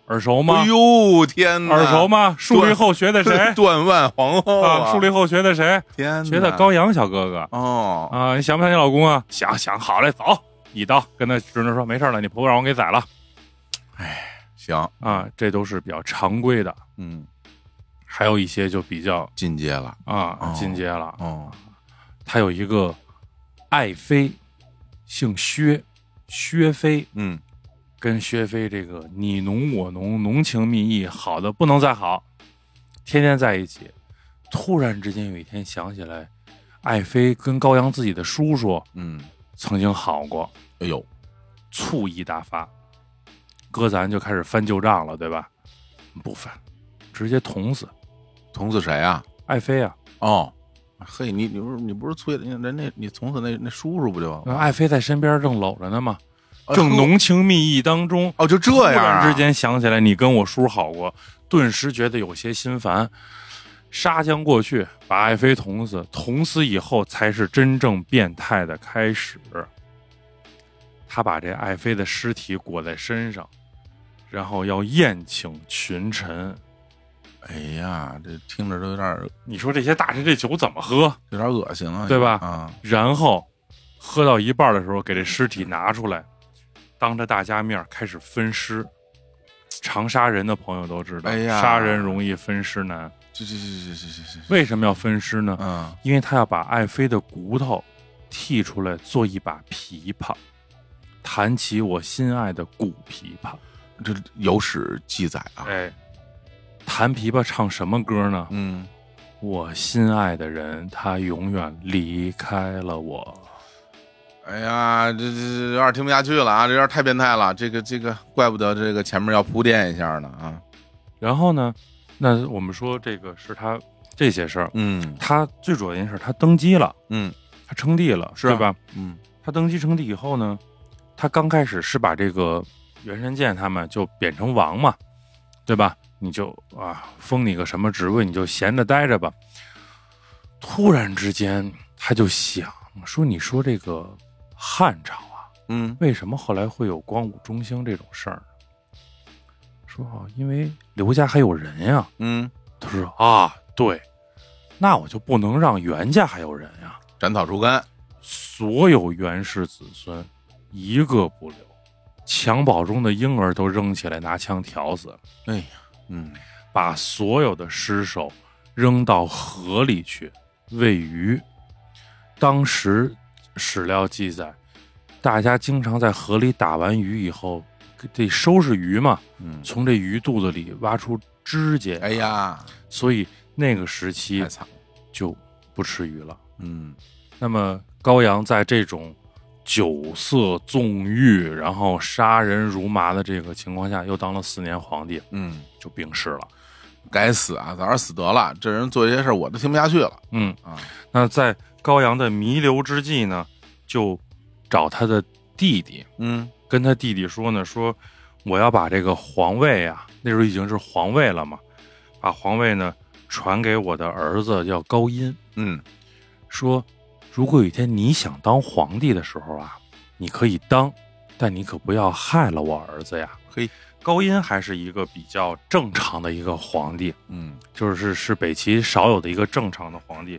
S3: 耳熟吗
S2: 哎？呦天哪，
S3: 耳熟吗？树立
S2: 对
S3: 后学的
S2: [LAUGHS]
S3: 谁？啊
S2: 断腕皇后
S3: 啊，树立后学的谁？
S2: 天哪，
S3: 学的羔羊小哥哥。
S2: 哦，
S3: 啊，你想不想你老公啊？想想，好嘞，走，一刀跟他侄女说没事儿了，你婆婆让我给宰了
S2: 行，
S3: 啊，这都是比较常规的，
S2: 嗯，
S3: 还有一些就比较
S2: 进阶了，
S3: 啊
S2: 哦
S3: 进阶了。
S2: 哦，
S3: 他有一个爱妃，姓薛，薛妃
S2: 嗯，
S3: 跟薛妃这个你侬我侬，浓情蜜意，好的不能再好，天天在一起。突然之间有一天想起来，爱妃跟高阳自己的叔叔
S2: 嗯，
S3: 曾经好过，
S2: 哎呦，
S3: 醋意大发，哥咱就开始翻旧账了，对吧？不翻，直接捅死
S2: 捅死谁啊？
S3: 爱妃啊！
S2: 哦，嘿，你你不是你不是催的，人那你捅死那那叔叔不就？
S3: 那爱妃在身边正搂着呢嘛，
S2: 啊
S3: 啊正
S2: 叔
S3: 浓情蜜意当中，
S2: 哦，就这
S3: 突
S2: 样啊
S3: 然之间想起来你跟我叔好过，顿时觉得有些心烦。杀将过去，把爱妃捅死，捅死以后才是真正变态的开始。他把这爱妃的尸体裹在身上，然后要宴请群臣。
S2: 哎呀，这听着都有点
S3: 你说这些大臣这酒怎么喝？
S2: 有点恶心了，
S3: 对吧
S2: 啊，
S3: 然后喝到一半的时候，给这尸体拿出来，当着大家面儿开始分尸。常杀人的朋友都知道，
S2: 哎呀
S3: 杀人容易分尸难。
S2: 这这这这这这这，
S3: 为什么要分尸呢？
S2: 嗯，
S3: 因为他要把爱妃的骨头剔出来做一把琵琶，弹起我心爱的古琵琶。
S2: 这有史记载啊，
S3: 哎，弹琵琶唱什么歌呢？
S2: 嗯，
S3: 我心爱的人，他永远离开了我。
S2: 哎呀，这这这有点听不下去了啊，这有点太变态了，这个这个，怪不得这个前面要铺垫一下呢啊，
S3: 然后呢，那我们说这个是他这些事儿，
S2: 嗯
S3: 他最主要一件事，他登基了，
S2: 嗯
S3: 他称帝了，
S2: 是啊
S3: 对吧？
S2: 嗯，
S3: 他登基称帝以后呢，他刚开始是把这个袁神剑他们就贬成王嘛，对吧？你就啊，封你个什么职位，你就闲着待着吧。突然之间，他就想说：“你说这个汉朝啊，
S2: 嗯
S3: 为什么后来会有光武中兴这种事儿呢？”说啊，因为刘家还有人啊呀、
S2: 嗯，
S3: 他说啊，对，那我就不能让袁家还有人呀、
S2: 斩草除根，
S3: 所有袁氏子孙一个不留，襁褓中的婴儿都扔起来拿枪挑死，
S2: 哎呀，嗯，
S3: 把所有的尸首扔到河里去喂鱼。当时史料记载，大家经常在河里打完鱼以后，得收拾鱼嘛，
S2: 嗯，
S3: 从这鱼肚子里挖出指甲，
S2: 哎，呀，
S3: 所以那个时期
S2: 太惨了，
S3: 就不吃鱼了。
S2: 嗯
S3: 那么高阳在这种酒色纵欲，然后杀人如麻的这个情况下，又当了四年皇帝，
S2: 嗯，
S3: 就病逝了。
S2: 该死啊，早点死得了，这人做这些事儿我都听不下去了
S3: 嗯，
S2: 啊，
S3: 那在高阳的弥留之际呢，就找他的弟弟，
S2: 嗯
S3: 跟他弟弟说呢，说我要把这个皇位啊，那时候已经是皇位了嘛，把皇位呢传给我的儿子叫高殷，
S2: 嗯
S3: 说如果有一天你想当皇帝的时候啊，你可以当，但你可不要害了我儿子呀。
S2: 嘿，
S3: 高殷还是一个比较正常的一个皇帝，
S2: 嗯
S3: 就是是北齐少有的一个正常的皇帝。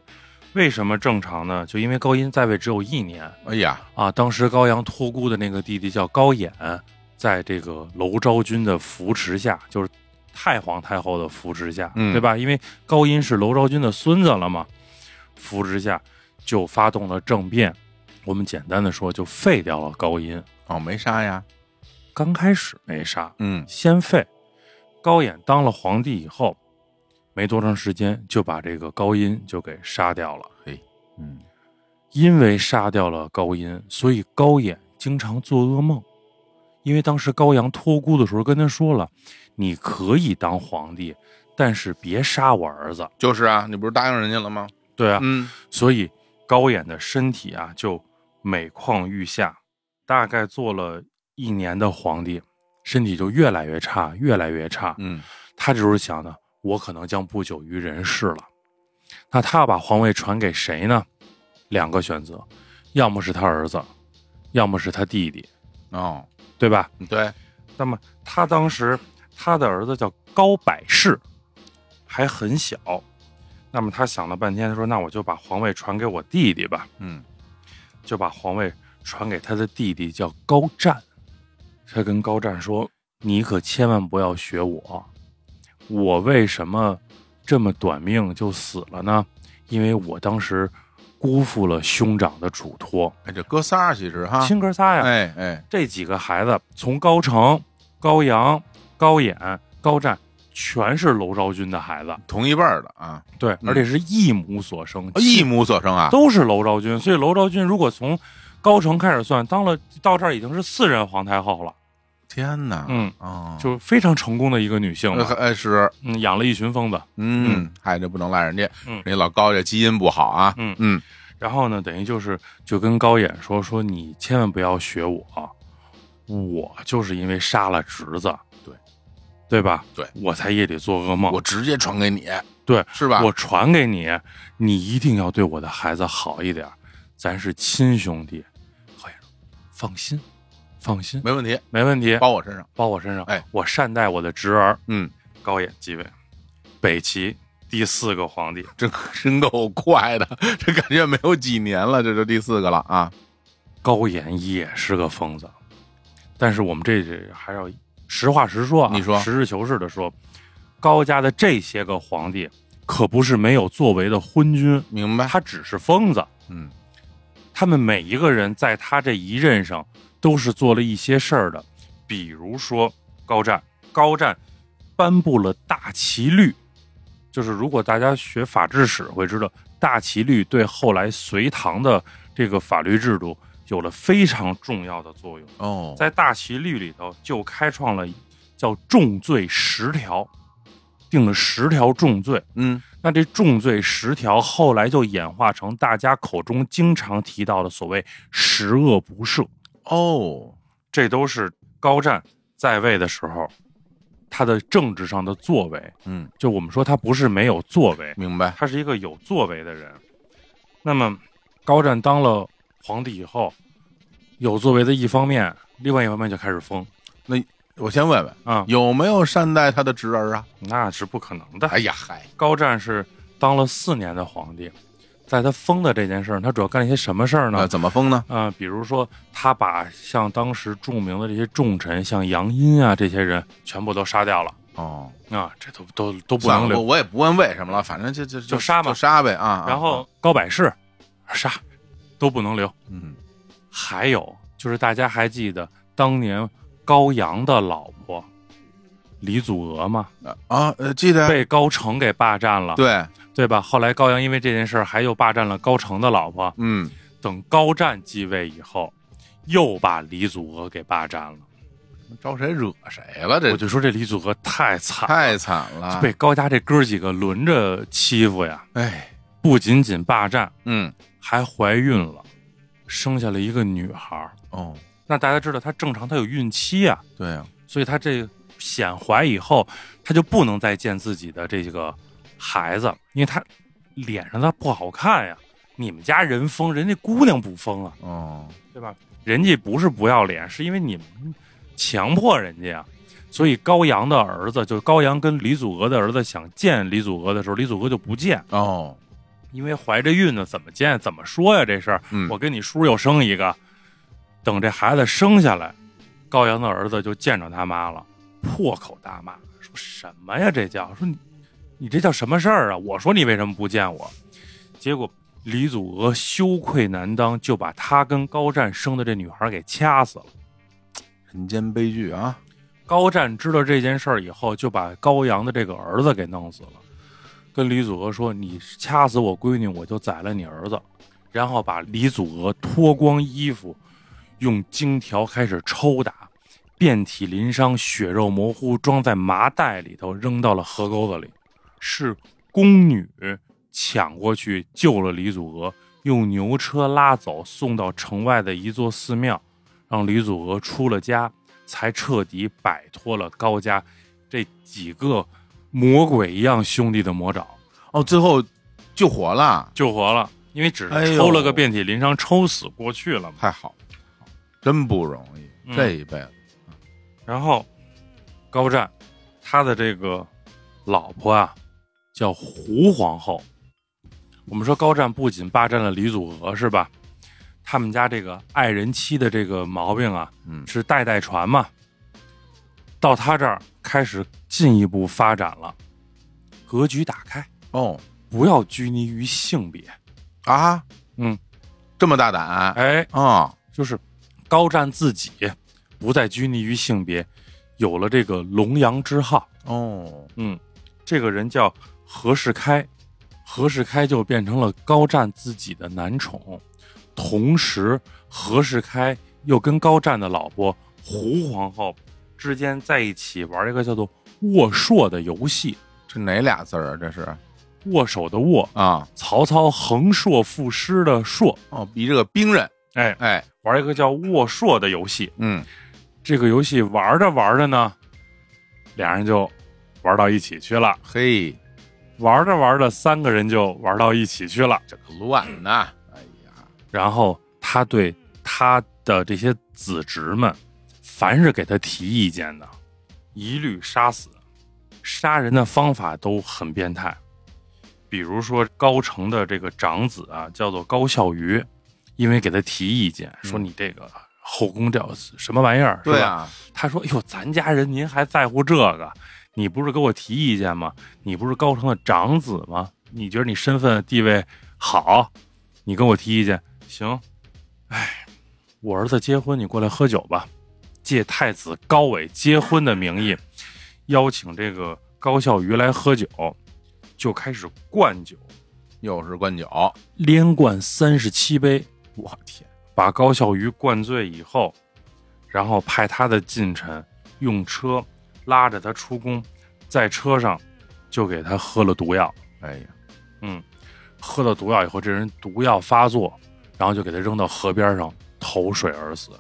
S3: 为什么正常呢？就因为高殷在位只有一年，
S2: 哎呀，
S3: 啊，当时高阳托孤的那个弟弟叫高演，在这个娄昭君的扶持下，就是太皇太后的扶持下，
S2: 嗯
S3: 对吧？因为高殷是娄昭君的孙子了嘛，扶持下就发动了政变。我们简单的说，就废掉了高殷。
S2: 哦，没杀呀，
S3: 刚开始没杀，
S2: 嗯
S3: 先废。高演当了皇帝以后，没多长时间就把这个高殷就给杀掉了。
S1: 嗯，
S3: 因为杀掉了高音，所以高演经常做噩梦。因为当时高阳托孤的时候跟他说了，你可以当皇帝，但是别杀我儿子。
S2: 就是啊，你不是答应人家了吗？
S3: 对啊，
S2: 嗯
S3: 所以高演的身体啊就每况愈下，大概做了一年的皇帝，身体就越来越差，越来越差。
S2: 嗯
S3: 他这时候想呢，我可能将不久于人世了。那他要把皇位传给谁呢？两个选择，要么是他儿子，要么是他弟弟，
S2: 哦，
S3: 对吧？
S2: 对，
S3: 那么他当时他的儿子叫高百世，还很小。那么他想了半天，他说：“那我就把皇位传给我弟弟吧。
S2: 嗯”
S3: 就把皇位传给他的弟弟叫高湛。他跟高湛说：“你可千万不要学我，我为什么这么短命就死了呢？因为我当时辜负了兄长的嘱托，
S2: 哎，这哥仨其实哈，
S3: 亲哥仨呀，
S2: 哎哎，
S3: 这几个孩子从高城、高阳、高演、高湛，全是娄昭君的孩子，
S2: 同一辈儿的啊，
S3: 对，
S2: 嗯
S3: 而且是一母所生，
S2: 一
S3: 哦母
S2: 母所生啊，
S3: 都是娄昭君。所以娄昭君如果从高城开始算，当了到这儿已经是四任皇太后了，
S2: 天哪，
S3: 嗯
S2: 哦，
S3: 就非常成功的一个女性
S2: 呃
S3: 了。
S2: 哎是，
S3: 嗯，养了一群疯子，
S2: 嗯，嗨，这不能赖人家，
S3: 嗯
S2: 人家老高这基因不好啊，
S3: 嗯
S2: 嗯
S3: 然后呢，等于就是就跟高演说说你千万不要学我，我就是因为杀了侄子，
S2: 对，
S3: 对吧？
S2: 对
S3: 我才夜里做噩梦，
S2: 我直接传给你，
S3: 对，
S2: 是吧？
S3: 我传给你，你一定要对我的孩子好一点儿，咱是亲兄弟。高先生，放心，放心，
S2: 没问题，
S3: 没问题，
S2: 包我身上，
S3: 包我身上。
S2: 哎，
S3: 我善待我的侄儿
S2: 嗯，
S3: 高演继位，北齐第四个皇
S2: [LAUGHS]
S3: 帝。
S2: 这可真够快的， [LAUGHS] 这感觉没有几年了，这就第四个了啊，
S3: 高演也是个疯子，但是我们这这还要实话实说啊，
S2: 你说
S3: 实事求是的说，高家的这些个皇帝可不是没有作为的昏君，
S2: 明白？
S3: 他只是疯子。
S2: 嗯，
S3: 他们每一个人在他这一任上都是做了一些事儿的，比如说高湛，高湛颁布了大齐律，就是如果大家学法制史会知道，大齐律对后来隋唐的这个法律制度有了非常重要的作用。
S2: 哦，
S3: 在大齐律里头就开创了叫重罪十条，定了十条重罪。
S2: 嗯，
S3: 那这重罪十条后来就演化成大家口中经常提到的所谓“十恶不赦
S2: 哦，”，
S3: 这都是高湛在位的时候他的政治上的作为。
S2: 嗯，
S3: 就我们说他不是没有作为，
S2: 明白，
S3: 他是一个有作为的人。那么高湛当了皇帝以后，有作为的一方面，另外一方面就开始疯
S2: 我先问问，
S3: 啊，
S2: 有没有善待他的侄儿啊？
S3: 那是不可能的。
S2: 哎呀，嗨，
S3: 高湛是当了四年的皇帝，在他疯的这件事儿，他主要干了一些什么事儿呢
S2: 那？怎么封呢？
S3: 啊、比如说他把像当时著名的这些重臣，像杨殷啊这些人，全部都杀掉了
S2: 哦，
S3: 啊，这都都都不
S2: 算
S3: 能
S2: 了，我
S3: 留。
S2: 我也不问为什么了，反正就就
S3: 就杀吧
S2: 就杀呗啊。啊
S3: 然后高百世杀都不能留，
S2: 嗯，
S3: 还有就是大家还记得当年高阳的老婆李祖娥吗？
S2: 啊，呃，记得
S3: 被高成给霸占了，
S2: 对，
S3: 对吧？后来高阳因为这件事儿，还又霸占了高成的老婆。
S2: 嗯，
S3: 等高湛继位以后，又把李祖娥给霸占了。
S2: 招谁惹谁了？这
S3: 我就说这李祖娥太惨了，
S2: 太惨了，
S3: 被高家这哥几个轮着欺负呀，
S2: 哎，
S3: 不仅仅霸占，
S2: 嗯，
S3: 还怀孕了，生下了一个女孩儿。
S2: 哦，
S3: 那大家知道，她正常她有孕期啊，
S2: 对呀、
S3: 所以她这显怀以后，她就不能再见自己的这个孩子，因为她脸上她不好看呀。你们家人疯，人家姑娘不疯啊，
S2: 哦，
S3: 对吧？人家不是不要脸，是因为你们强迫人家呀。所以高阳的儿子，就高阳跟李祖娥的儿子想见李祖娥的时候，李祖娥就不见，
S2: 哦，
S3: 因为怀着孕呢，怎么见？怎么说呀？这事儿，
S2: 嗯
S3: 我跟你叔又生一个，等这孩子生下来，高阳的儿子就见着他妈了，破口大骂，说什么呀？这叫说你，你这叫什么事儿啊？我说你为什么不见我？结果李祖娥羞愧难当，就把他跟高湛生的这女孩给掐死了。
S2: 人间悲剧啊，
S3: 高湛知道这件事儿以后，就把高阳的这个儿子给弄死了，跟李祖娥说：“你掐死我闺女，我就宰了你儿子。”然后把李祖娥脱光衣服，用荆条开始抽打，遍体鳞伤，血肉模糊，装在麻袋里头扔到了河沟子里。是宫女抢过去救了李祖娥，用牛车拉走，送到城外的一座寺庙，让李祖娥出了家，才彻底摆脱了高家这几个魔鬼一样兄弟的魔爪，
S2: 哦，最后救活了，
S3: 救活了。因为只
S2: 哎
S3: 是
S2: 呦
S3: 抽了个遍体鳞伤，抽死过去了嘛。
S2: 太好了，真不容易，
S3: 嗯
S2: 这一辈子，
S3: 然后高湛他的这个老婆啊叫胡皇后。我们说高湛不仅霸占了李祖娥是吧？他们家这个爱人妻的这个毛病啊，
S2: 嗯
S3: 是代代传嘛。到他这儿开始进一步发展了，格局打开，
S2: 哦
S3: 不要拘泥于性别。
S2: 啊，
S3: 嗯，
S2: 这么大胆，
S3: 哎，
S2: 啊，
S3: 就是高湛自己不再拘泥于性别，有了这个龙阳之好。
S2: 哦，
S3: 嗯，这个人叫何世开，何世开就变成了高湛自己的男宠，同时何世开又跟高湛的老婆胡皇后之间在一起玩一个叫做握槊的游戏，
S2: 这哪俩字儿啊？这是
S3: 握手的握，
S2: 啊，
S3: 曹操横槊赋诗的槊，
S2: 哦，比这个兵刃，
S3: 哎，
S2: 哎，
S3: 玩一个叫握槊的游戏。
S2: 嗯，
S3: 这个游戏玩着玩着呢，俩人就玩到一起去了，
S2: 嘿，
S3: 玩着玩着三个人就玩到一起去了。
S2: 这个乱呐，哎呀，
S3: 然后他对他的这些子侄们，凡是给他提意见的，一律杀死。杀人的方法都很变态，比如说高成的这个长子啊，叫做高孝瑜，因为给他提意见，说你这个后宫这什么玩意儿？
S2: 嗯
S3: 是吧
S2: 对啊，
S3: 他说：“哎呦，咱家人您还在乎这个？你不是给我提意见吗？你不是高成的长子吗？你觉得你身份地位好，你跟我提意见行？哎，我儿子结婚，你过来喝酒吧。借太子高伟结婚的名义，邀请这个高孝瑜来喝酒，就开始灌酒，
S2: 又是灌酒，
S3: 连灌三十七杯。
S2: 我天，
S3: 把高孝瑜灌醉以后，然后派他的近臣用车拉着他出宫，在车上就给他喝了毒药。嗯
S2: 哎呀，
S3: 喝了毒药以后，这人毒药发作，然后就给他扔到河边上投水而死。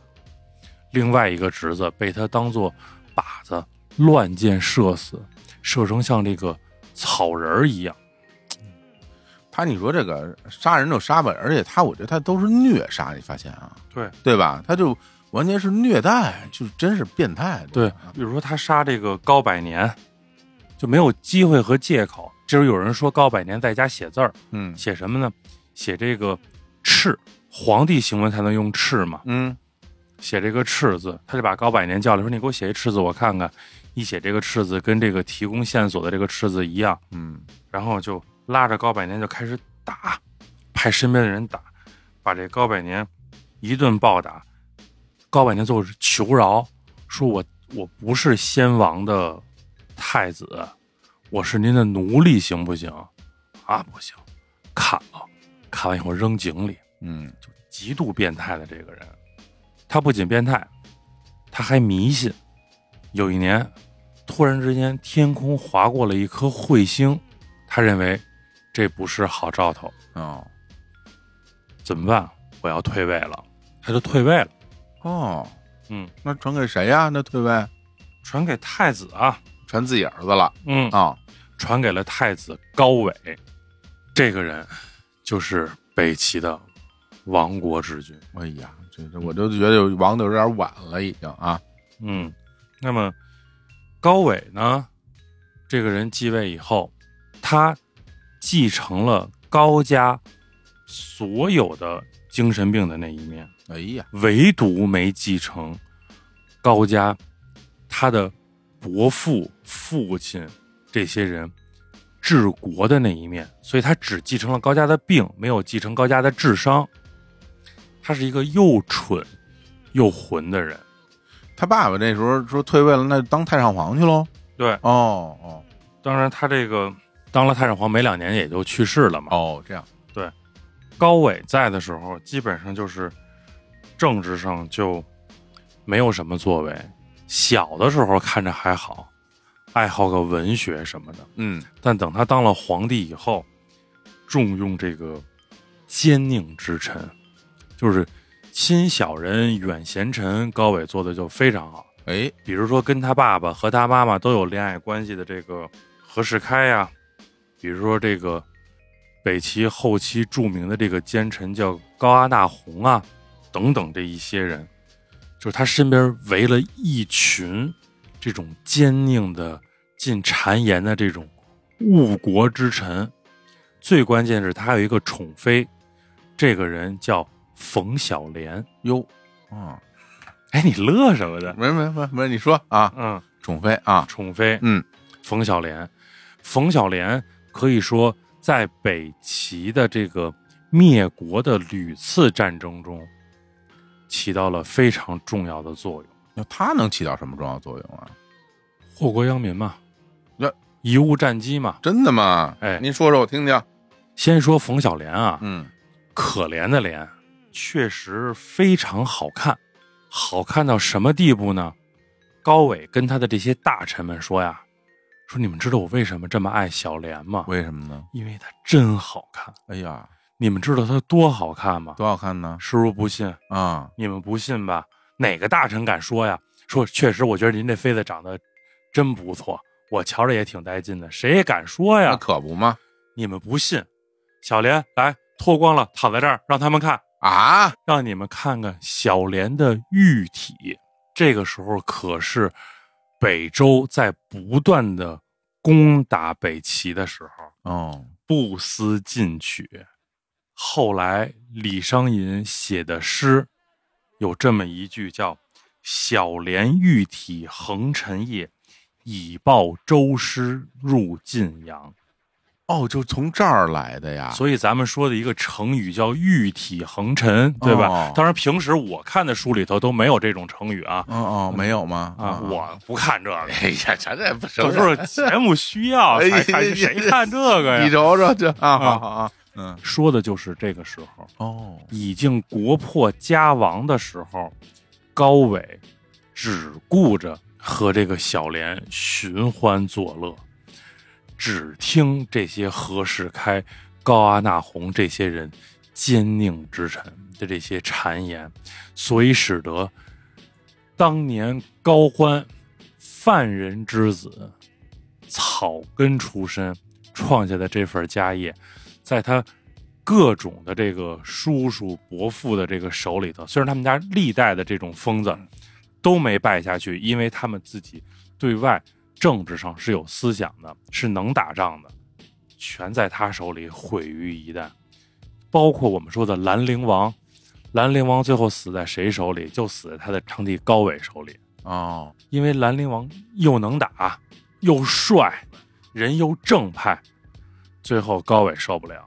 S3: 另外一个侄子被他当做靶子乱箭射死，射成像这个草人儿一样。
S2: 他你说这个杀人就杀吧，而且他我觉得他都是虐杀，你发现啊，
S3: 对
S2: 对吧？他就完全是虐待，就是真是变态。
S3: 对，
S2: 吧
S3: 比如说他杀这个高百年，就没有机会和借口。就是有人说高百年在家写字儿，
S2: 嗯
S3: 写什么呢？写这个“敕”，皇帝行文才能用“敕”嘛，
S2: 嗯，
S3: 写这个“敕”字，他就把高百年叫来说：“你给我写一‘敕’字，我看看。”一写这个“敕”字，跟这个提供线索的这个“敕”字一样，
S2: 嗯，
S3: 然后就拉着高百年就开始打，派身边的人打，把这高百年一顿暴打，高百年最后是求饶，说我我不是先王的太子，我是您的奴隶，行不行？啊，不行，砍了，砍完以后扔井里，
S2: 嗯
S3: 就极度变态的这个人，他不仅变态，他还迷信。有一年，突然之间天空划过了一颗彗星，他认为这不是好兆头，
S2: 哦
S3: 怎么办？啊我要退位了，他就退位了。
S2: 哦，
S3: 嗯，
S2: 那传给谁呀、那退位
S3: 传给太子啊，
S2: 传自己儿子了
S3: 嗯，
S2: 啊、
S3: 传给了太子高纬，这个人就是北齐的亡国之君。
S2: 哎呀，这这我就觉得有王的有点晚了，已经啊。
S3: 嗯，那么高纬呢，这个人继位以后，他继承了高家所有的精神病的那一面，
S2: 哎呀，
S3: 唯独没继承高家他的伯父、父亲这些人治国的那一面，所以他只继承了高家的病，没有继承高家的智商。他是一个又蠢又混的人。
S2: 他爸爸那时候说退位了，那就当太上皇去喽。
S3: 对，
S2: 哦哦
S3: 当然他这个当了太上皇没两年也就去世了嘛。
S2: 哦，这样，
S3: 高伟在的时候，基本上就是政治上就没有什么作为。小的时候看着还好，爱好个文学什么的，
S2: 嗯，
S3: 但等他当了皇帝以后，重用这个奸佞之臣，就是亲小人远贤臣，高伟做的就非常好。
S2: 哎，
S3: 比如说跟他爸爸和他妈妈都有恋爱关系的这个何世开呀、比如说这个北齐后期著名的这个奸臣叫高阿那洪啊，等等这一些人，就是他身边围了一群这种奸佞的、进谗言的这种误国之臣。最关键是，他还有一个宠妃，这个人叫冯小莲。
S2: 哟，啊，
S3: 哎，你乐什么的？
S2: 没没没没，你说啊，
S3: 嗯，
S2: 宠妃啊，
S3: 宠妃，
S2: 嗯，
S3: 冯小莲，冯小莲可以说在北齐的这个灭国的屡次战争中，起到了非常重要的作用，
S2: 那他能起到什么重要作用啊？
S3: 祸国殃民嘛，
S2: 那
S3: 贻误战机嘛。
S2: 真的吗？
S3: 哎
S2: 您说说我听听。
S3: 先说冯小莲啊，
S2: 嗯，
S3: 可怜的莲，确实非常好看，好看到什么地步呢？高伟跟他的这些大臣们说呀，说你们知道我为什么这么爱小莲吗？
S2: 为什么呢？
S3: 因为她真好看。
S2: 哎呀，
S3: 你们知道她多好看吗？
S2: 多好看呢！
S3: 师傅不信，
S2: 啊，
S3: 你们不信吧？哪个大臣敢说呀？说确实，我觉得您这妃子长得真不错，我瞧着也挺带劲的，谁也敢说
S2: 那
S3: 呀？
S2: 可不嘛！
S3: 你们不信？小莲来脱光了，躺在这儿，让他们看，
S2: 啊，
S3: 让你们看看小莲的玉体。这个时候可是北周在不断的攻打北齐的时候。
S2: 哦，
S3: 不思进取。后来李商隐写的诗有这么一句叫“小莲玉体横陈夜，以报周师入晋阳
S2: 哦，就从这儿来的”。呀。
S3: 所以咱们说的一个成语叫“玉体横陈”，对吧？
S2: 哦
S3: 当然，平时我看的书里头都没有这种成语啊
S2: 哦哦，没有吗？
S3: 啊，我不看这个。
S2: [LAUGHS] 哎呀，咱这不
S3: 有时候节目需要
S2: [LAUGHS] 哎
S3: 才看，谁看这个
S2: 你
S3: 呀？
S2: 瞅瞅这啊，好好啊，嗯，
S3: 说的就是这个时候。
S2: 哦，
S3: 已经国破家亡的时候，高伟只顾着和这个小莲寻欢作乐，只听这些何世开、高阿那洪这些人奸佞之臣的这些谗言，所以使得当年高欢犯人之子草根出身创下的这份家业，在他各种的这个叔叔伯父的这个手里头，虽然他们家历代的这种疯子都没败下去，因为他们自己对外政治上是有思想的，是能打仗的，全在他手里毁于一旦。包括我们说的兰陵王，兰陵王最后死在谁手里？就死在他的堂弟高伟手里。
S2: 哦，
S3: 因为兰陵王又能打，又帅，人又正派，最后高伟受不了，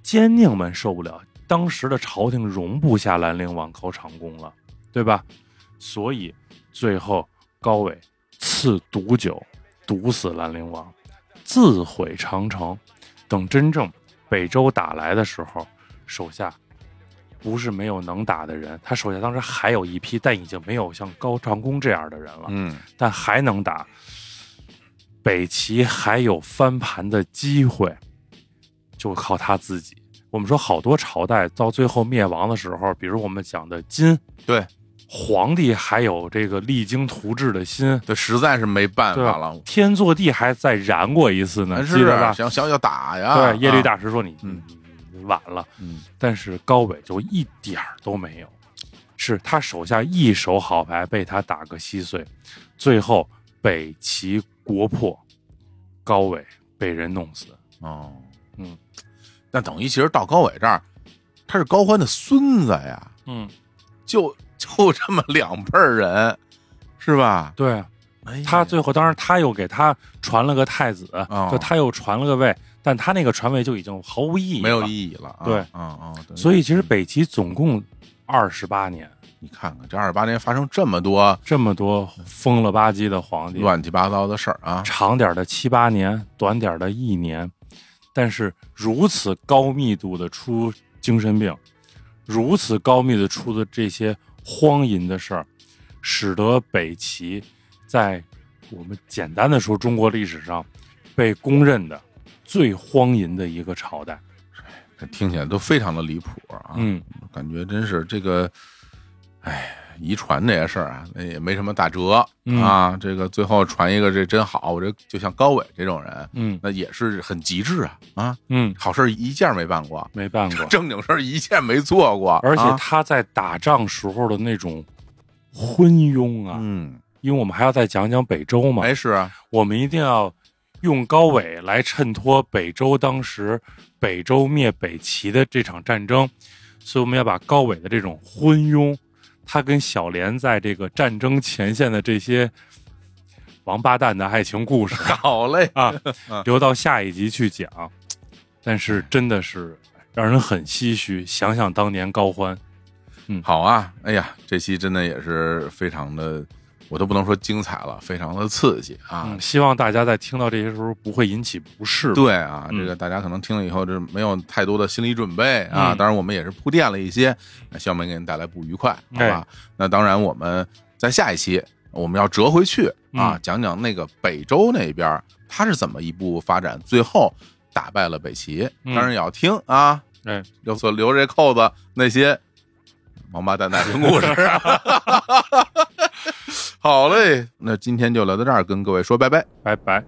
S3: 奸佞们受不了，当时的朝廷容不下兰陵王考长恭了，对吧？所以最后高伟赐毒酒，毒死兰陵王，自毁长城。等真正北周打来的时候，手下不是没有能打的人，他手下当时还有一批，但已经没有像高长恭这样的人了。
S2: 嗯，
S3: 但还能打。北齐还有翻盘的机会，就靠他自己。我们说好多朝代到最后灭亡的时候，比如我们讲的金，
S2: 对，
S3: 皇帝还有这个励精图治的心，
S2: 对，实在是没办
S3: 对
S2: 法
S3: 吧
S2: 了？，
S3: 天祚帝还再燃过一次呢，
S2: 但
S3: 记
S2: 是
S3: 得吧？
S2: 想想要打呀，
S3: 对，耶律
S2: 啊，
S3: 大石说你、
S2: 嗯
S3: 你晚了，
S1: 嗯
S3: 但是高伟就一点儿都没有，是他手下一手好牌被他打个稀碎，最后北齐国破，高伟被人弄死。
S2: 哦，
S3: 嗯，
S2: 那等于其实到高伟这儿，他是高欢的孙子呀，
S3: 嗯，
S2: 就 [LAUGHS] 就这么两辈儿人，是吧？
S3: 对啊
S2: 哎呀
S3: 他最后，当然他又给他传了个太子，
S2: 哦
S3: 就他又传了个位，但他那个传位就已经毫无意义，
S2: 没有。意义了啊，
S3: 对
S2: 嗯嗯，对
S3: 所以其实北齐总共二十八年，
S2: 你看看这二十八年发生这么多
S3: 这么多疯了吧唧的皇帝，
S2: 乱七八糟的事儿啊，
S3: 长点儿的七八年，短点儿的一年，但是如此高密度的出精神病，如此高密度地出的这些荒淫的事儿，使得北齐在我们简单的说中国历史上被公认的最荒淫的一个朝代。
S2: 这听起来都非常的离谱啊，
S3: 嗯，
S2: 感觉真是这个，哎，遗传这些事儿啊，那也没什么打折、
S3: 嗯
S2: 啊。这个最后传一个这真好，我这就像高伟这种人，
S3: 嗯
S2: 那也是很极致啊啊！
S3: 嗯，
S2: 好事儿一件没办过，。
S3: 没办过
S2: 正经事儿一件没做过，
S3: 而且
S2: 啊
S3: 他在打仗时候的那种昏庸啊，
S2: 嗯，
S3: 因为我们还要再讲讲北周嘛。
S2: 没事啊，
S3: 我们一定要用高纬来衬托北周当时北周灭北齐的这场战争，所以我们要把高纬的这种昏庸，他跟小莲在这个战争前线的这些王八蛋的爱情故事
S2: 好嘞， [LAUGHS]
S3: 啊
S2: 嗯，
S3: 留到下一集去讲。但是真的是让人很唏嘘，想想当年高欢，
S2: 好啊，哎呀，这期真的也是非常的，我都不能说精彩了，非常的刺激啊，
S3: 嗯，希望大家在听到这些时候不会引起不适吧。
S2: 对啊，这
S3: 嗯
S2: 个大家可能听了以后，这没有太多的心理准备啊。
S3: 嗯
S2: 当然，我们也是铺垫了一些，那希望没给您带来不愉快，好吧
S3: 哎？
S2: 那当然，我们在下一期我们要折回去啊，
S3: 嗯
S2: 讲讲那个北周那边他是怎么一步发展，最后打败了北齐。
S3: 嗯
S2: 当然也要听啊，
S3: 哎，
S2: 留所留这扣子那些王八蛋奶听故事。 [LAUGHS] 好嘞，那今天就聊到这儿，跟各位说拜拜。
S3: 拜拜。